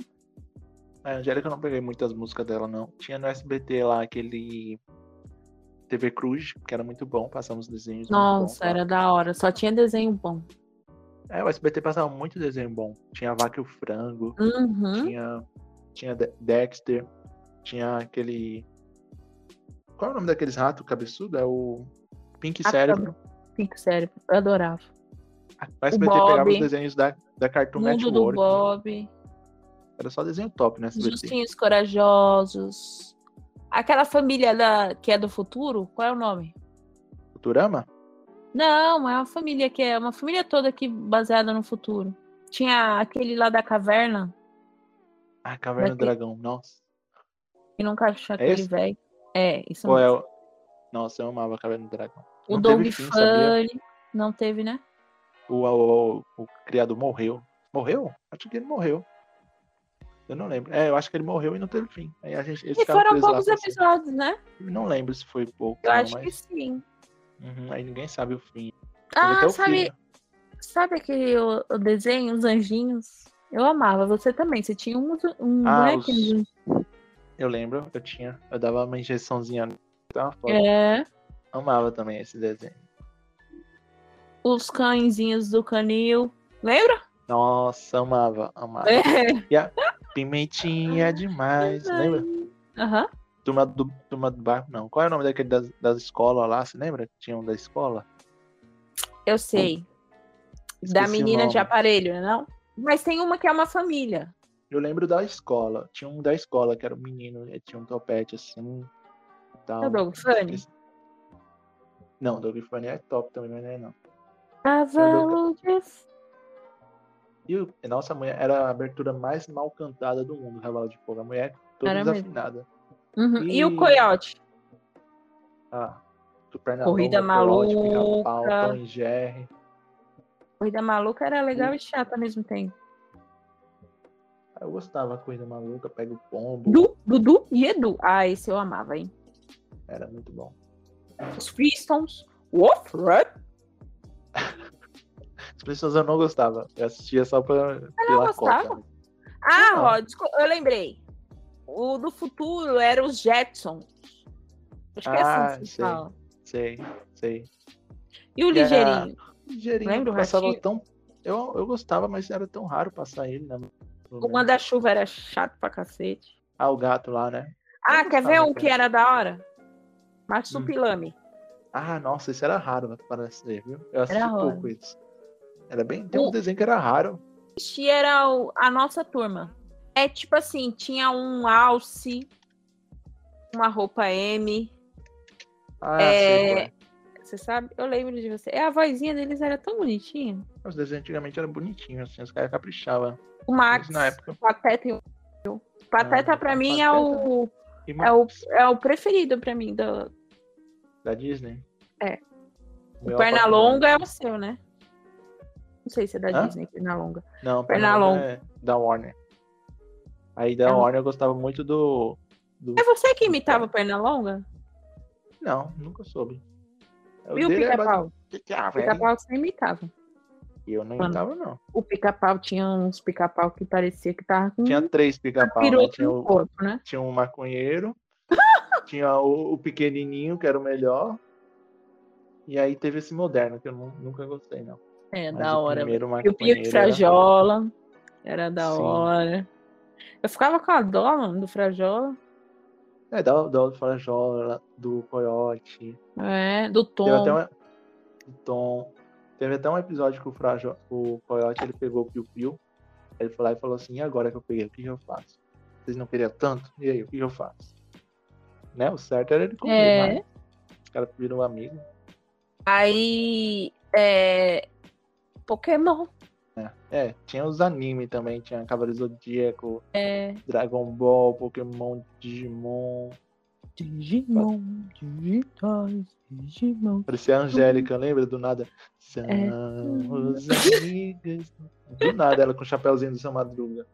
S2: A Angélica eu não peguei muitas músicas dela, não. Tinha no SBT lá aquele TV Cruz, que era muito bom, passava uns desenhos muito bons
S1: Nossa,
S2: lá.
S1: era da hora. Só tinha desenho bom.
S2: É, o SBT passava muito desenho bom. Tinha a Vaca e o Frango,
S1: Uhum.
S2: tinha, tinha De- Dexter, tinha aquele... Qual é o nome daqueles ratos cabeçudo? É o Pink
S1: Rato
S2: Cérebro. Ah,
S1: Cinco tá. cérebro. Eu adorava.
S2: O SBT
S1: Bob.
S2: pegava os desenhos da, da Cartoon
S1: Mundo do
S2: um Network. né?
S1: Bob.
S2: Era só desenho top, né,
S1: Os
S2: SBT?
S1: Justinhos Corajosos. Aquela família da, que é do futuro, qual é o nome?
S2: Futurama?
S1: Não, é uma família que é uma família toda aqui baseada no futuro. Tinha aquele lá da caverna,
S2: Ah, Caverna do
S1: Daquele-
S2: Dragão, nossa.
S1: que nunca achou aquele
S2: esse?
S1: velho. É, isso
S2: Ou
S1: mesmo.
S2: é o- Nossa, eu amava Caverna do Dragão.
S1: O
S2: não
S1: Doug
S2: teve fim, sabia?
S1: Funny. Não teve, né?
S2: O, o, o, o criador morreu. Morreu? Acho que ele morreu. Eu não lembro. É, eu acho que ele morreu e não teve fim. Aí a gente, eles
S1: E
S2: ficaram
S1: foram
S2: presos lá
S1: poucos
S2: pra sempre.
S1: episódios, né?
S2: Não lembro se foi pouco,
S1: Eu
S2: não,
S1: acho que
S2: mas...
S1: sim.
S2: Uhum, aí ninguém sabe o fim. Teve até
S1: Ah,
S2: o né?
S1: sabe,
S2: filho.
S1: sabe aquele o, o desenho, os anjinhos? Eu amava, você também. Você tinha um, um
S2: Ah,
S1: bonequinho
S2: os-
S1: de anjinho.
S2: Eu lembro, eu tinha. Eu dava uma injeçãozinha. Tava foda.
S1: É.
S2: Amava também esse desenho.
S1: os cãezinhos do canil. Lembra?
S2: Nossa, amava, amava.
S1: É.
S2: Pimentinha demais, lembra?
S1: Aham.
S2: Turma do, turma do barco, não. Qual é o nome daquele das, das escolas lá? Você lembra? Tinha um da escola?
S1: Eu sei. da
S2: Esqueci o
S1: menina de
S2: nome.
S1: aparelho, não? Mas tem uma que é uma família.
S2: Eu lembro da escola. Tinha um da escola que era um menino, ele tinha um topete assim. Tal.
S1: É o Doug Funny?
S2: Esqueci. Não, Doug Funny é top também, mas não é não. É
S1: Cavalo de fogo.
S2: E o- nossa, a mulher era a abertura mais mal cantada do mundo, Cavalo de Fogo. A mulher é toda
S1: Era mesmo.
S2: desafinada.
S1: Uhum. E... o
S2: Ih.
S1: coiote?
S2: Ah, Super
S1: Corrida Maluca.
S2: Pica-pau, Tom e Jerry.
S1: Corrida maluca era legal e chata ao mesmo tempo.
S2: Ah, Eu gostava da corrida maluca, pega o pombo,
S1: Du, Dudu e Edu. Ah, esse eu amava, hein?
S2: era muito bom.
S1: Os Pistons. Wolf Rap.
S2: As pessoas eu não gostava, eu assistia só pra, pela
S1: gostava?
S2: cota.
S1: Ah,
S2: Não.
S1: ó, desco- eu lembrei. O do futuro era os Jetson. Acho que é
S2: Ah,
S1: assim que se
S2: sei.
S1: fala.
S2: Sei, sei.
S1: E o
S2: E era-
S1: ligeirinho?
S2: Ligeirinho,
S1: Lembra o
S2: passava
S1: ratinho?
S2: tão... Eu, eu gostava, mas era tão raro passar ele, né? Pelo
S1: O
S2: menos.
S1: manda-chuva era chato pra cacete.
S2: Ah, o gato lá, né?
S1: Ah,
S2: Eu
S1: quer ver
S2: gostava,
S1: um
S2: cara.
S1: que era da hora? Marsupilame.
S2: Ah, nossa, isso era raro, parece ser, viu? Eu assisti
S1: raro.
S2: pouco isso. Era bem... Tem um
S1: O-
S2: desenho que era raro.
S1: Este era o- a nossa turma. É tipo assim, tinha um alce, uma roupa M.
S2: Ah,
S1: É,
S2: sei qual é.
S1: Você sabe? Eu lembro de você. É, A vozinha deles era tão bonitinha.
S2: Os desenhos antigamente eram bonitinhos, assim, os caras caprichavam.
S1: O Max,
S2: Mas na época...
S1: o Pateta e o Pateta
S2: Ah,
S1: pra mim é
S2: Pateta.
S1: o,
S2: E
S1: é o
S2: Max,
S1: é o preferido pra mim do
S2: assim, da Disney.
S1: É.
S2: Meu é
S1: Pernalonga é o seu, né? Não sei se é da
S2: Hã?
S1: Disney, Pernalonga.
S2: Pernalonga. Não,
S1: Pernalonga. É um-
S2: Pernalonga é da Warner. Aí da
S1: Não.
S2: Warner eu gostava muito do. do...
S1: É você que imitava Pernalonga?
S2: Não, nunca soube.
S1: E o
S2: dele era
S1: pica-pau?
S2: base- Que que é,
S1: O
S2: velho?
S1: pica-pau você imitava.
S2: E eu não
S1: Mano.
S2: imitava, não.
S1: O pica-pau tinha uns pica-pau que parecia que tava com
S2: Tinha
S1: um
S2: três pica-pau. né?
S1: piroto
S2: Tinha,
S1: no
S2: o-
S1: corpo, né?
S2: tinha um maconheiro, tinha o, o pequenininho, que era o melhor. E aí teve esse moderno, que eu nu- nunca gostei, não.
S1: É,
S2: Mas
S1: da
S2: o
S1: hora.
S2: primeiro
S1: E o Pio de
S2: maconheiro era-
S1: Frajola. Era da
S2: Sim.
S1: hora. Eu ficava com a dó, mano, do Frajola.
S2: É, da, da Frajola, do Coyote.
S1: É, do Tom.
S2: Teve até um. do Tom. Teve até um episódio que o, Frajo, o Coyote ele pegou o Piu Piu. Ele foi lá e falou assim: e agora que eu peguei, o que que eu faço? Vocês não queriam tanto? E aí, o que que eu faço? Né? O certo era ele comer,
S1: É.
S2: mas os caras viram amigo. um-
S1: Aí. É... Pokémon.
S2: né? É, tinha os animes também, tinha Cavaleiro Zodíaco,
S1: É.
S2: Dragon Ball, Pokémon, Digimon.
S1: Digimon, digitais, Digimon.
S2: Parecia a Angélica, lembra? Do nada. São
S1: É.
S2: os amigos. Do nada, ela com o chapéuzinho do seu madruga.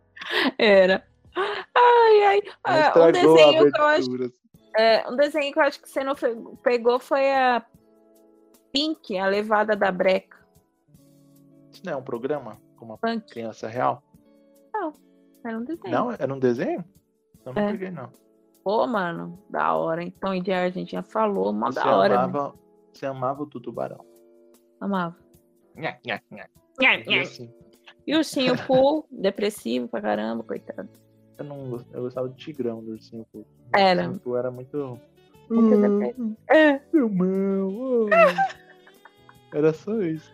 S1: Era. Ai, ai.
S2: Ela
S1: Ah, um
S2: estragou a
S1: desenho que eu acho.
S2: abertura. assim.
S1: é, um desenho que eu acho que você não fe- pegou foi a Pink, a levada da breca.
S2: Isso não é um programa com uma
S1: Punk.
S2: criança real?
S1: Era um desenho.
S2: Não, era um desenho? Eu não
S1: É.
S2: peguei, não.
S1: Pô, mano, da hora. Então, e a gente já falou, mó
S2: você,
S1: da hora. né?
S2: amava, você amava o tutubarão.
S1: Amava.
S2: Nha, nha, nha. E
S1: E
S2: assim,
S1: o ursinho Poo, depressivo pra caramba, coitado.
S2: eu, não, gost- eu gostava do tigrão do ursinho Poo. O
S1: Era.
S2: ursinho Poo era muito.
S1: Muito
S2: Hum.
S1: depressivo. É.
S2: Irmão, oh. Era só isso.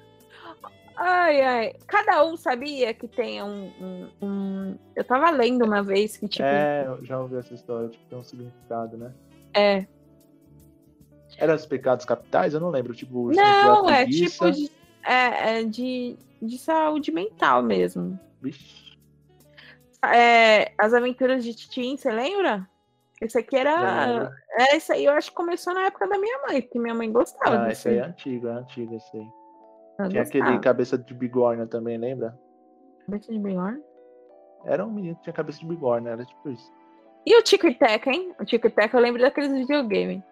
S1: Ai, ai. Cada um sabia que tem um, um- um- Eu tava lendo uma vez que, tipo, é.
S2: É, eu já ouvi essa história, tipo, tem um significado, né? Era os pecados capitais? Eu não lembro, tipo... o
S1: Não,
S2: sentimento da
S1: é
S2: preguiça.
S1: tipo de, é, é de, de saúde mental mesmo.
S2: Vixe,
S1: É, As aventuras de Titim, você lembra? Esse aqui era.
S2: lembro.
S1: É, isso aí eu acho que começou na época da minha mãe, porque minha mãe gostava.
S2: Ah,
S1: disso
S2: esse aí é antigo, é antigo esse aí.
S1: Ela
S2: Tinha aquele
S1: gostava.
S2: cabeça de bigorna também, lembra?
S1: Cabeça de bigorna.
S2: Era um menino que tinha cabeça de bigorna, era tipo isso.
S1: E o Tico e Teca, hein? O Tico e Teca eu lembro daqueles videogame.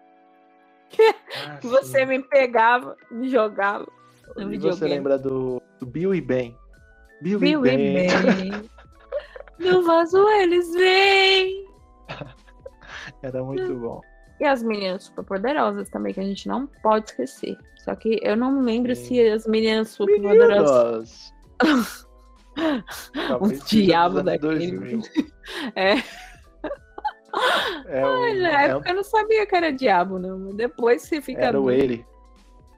S2: Ah,
S1: Que você
S2: sim.
S1: me pegava, me jogava no
S2: E você
S1: videogame.
S2: lembra do, do Bill e Ben? Bill,
S1: Viu
S2: e
S1: e
S2: Ben.
S1: bem. No vaso eles vêm.
S2: Era muito bom.
S1: E as meninas superpoderosas também, que a gente não pode esquecer. Só que eu não lembro
S2: Sim.
S1: se as meninas superpoderosas.
S2: Meninas! Talvez
S1: O
S2: seja dos
S1: Um diabo
S2: anos
S1: daquele.
S2: 2000.
S1: É.
S2: É um,
S1: Na
S2: é um
S1: época eu não sabia que era diabo, não. Mas Depois você fica.
S2: Era o
S1: doido.
S2: ele.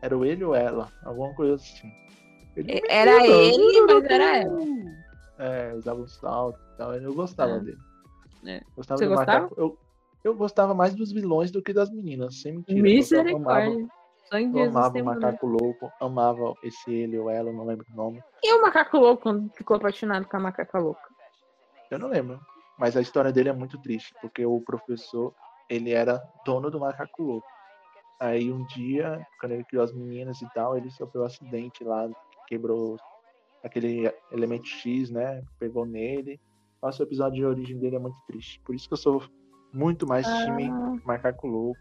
S2: Era o ele ou ela? Alguma coisa assim. Ele,
S1: Era ele, mas era ela.
S2: é, usava um salto e tal. Eu gostava
S1: É.
S2: dele.
S1: É.
S2: Gostava
S1: Você
S2: de macaco. Eu, eu gostava mais dos vilões do que das meninas, sem mentira. Eu amava,
S1: Misericórdia. Só em
S2: eu
S1: Jesus
S2: amava o
S1: tem poder.
S2: macaco louco, amava esse ele ou ela, não lembro o nome.
S1: E o macaco louco quando ficou apaixonado com a macaca louca?
S2: Eu não lembro. Mas a história dele é muito triste, porque o professor, ele era dono do macaco louco. Aí um dia, quando ele criou as meninas e tal, ele sofreu um acidente lá, quebrou aquele elemento X, né? Pegou nele. Nossa, o episódio de origem dele é muito triste. Por isso que eu sou muito mais
S1: Ah.
S2: time macaco louco.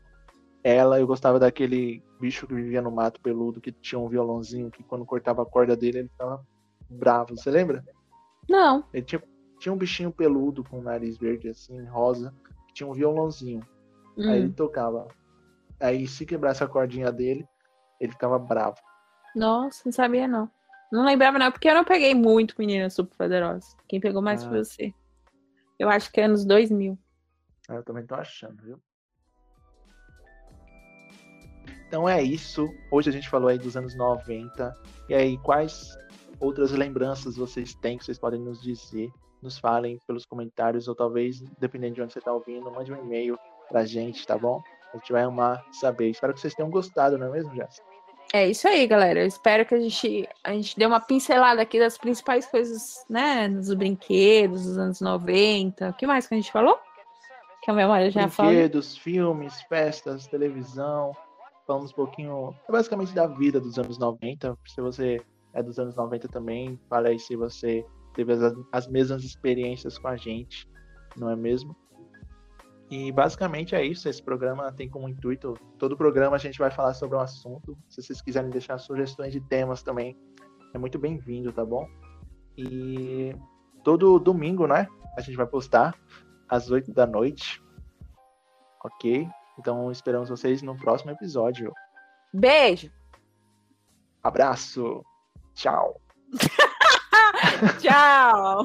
S2: Ela, eu gostava daquele bicho que vivia no mato peludo, que tinha um violãozinho, que quando cortava a corda dele, ele ficava bravo. Você lembra?
S1: Não.
S2: Ele tinha, tinha um bichinho peludo com o nariz verde assim, rosa, que tinha um violãozinho.
S1: Hum.
S2: Aí ele tocava. Aí se quebrasse a cordinha dele, ele ficava bravo.
S1: Nossa, não sabia não. Não lembrava não, porque eu não peguei muito Meninas Superpoderosas. Quem pegou mais
S2: Ah.
S1: foi você. Eu acho que é anos 2000.
S2: Ah, Eu também tô achando, viu? Então é isso. Hoje a gente falou aí dos anos 90. E aí, quais outras lembranças vocês têm que vocês podem nos dizer? Nos falem pelos comentários, ou talvez, dependendo de onde você tá ouvindo, mande um e-mail pra gente, tá bom? A gente vai amar saber. Espero que vocês tenham gostado, não é mesmo, Jéssica?
S1: É isso aí, galera. Eu espero que a gente, a gente dê uma pincelada aqui das principais coisas, né? Dos brinquedos dos anos 90. O que mais que a gente falou? Que a memória já falou.
S2: Brinquedos, filmes, festas, televisão. Falamos um pouquinho, basicamente, da vida dos anos 90. Se você é dos anos 90 também, fala aí se você teve as, as mesmas experiências com a gente, não é mesmo? E basicamente é isso. Esse programa tem como intuito. Todo programa a gente vai falar sobre um assunto. Se vocês quiserem deixar sugestões de temas também, é muito bem-vindo, tá bom? E todo domingo, né? A gente vai postar às 8 da noite. Ok? Então esperamos vocês no próximo episódio.
S1: Beijo!
S2: Abraço! Tchau!
S1: Tchau!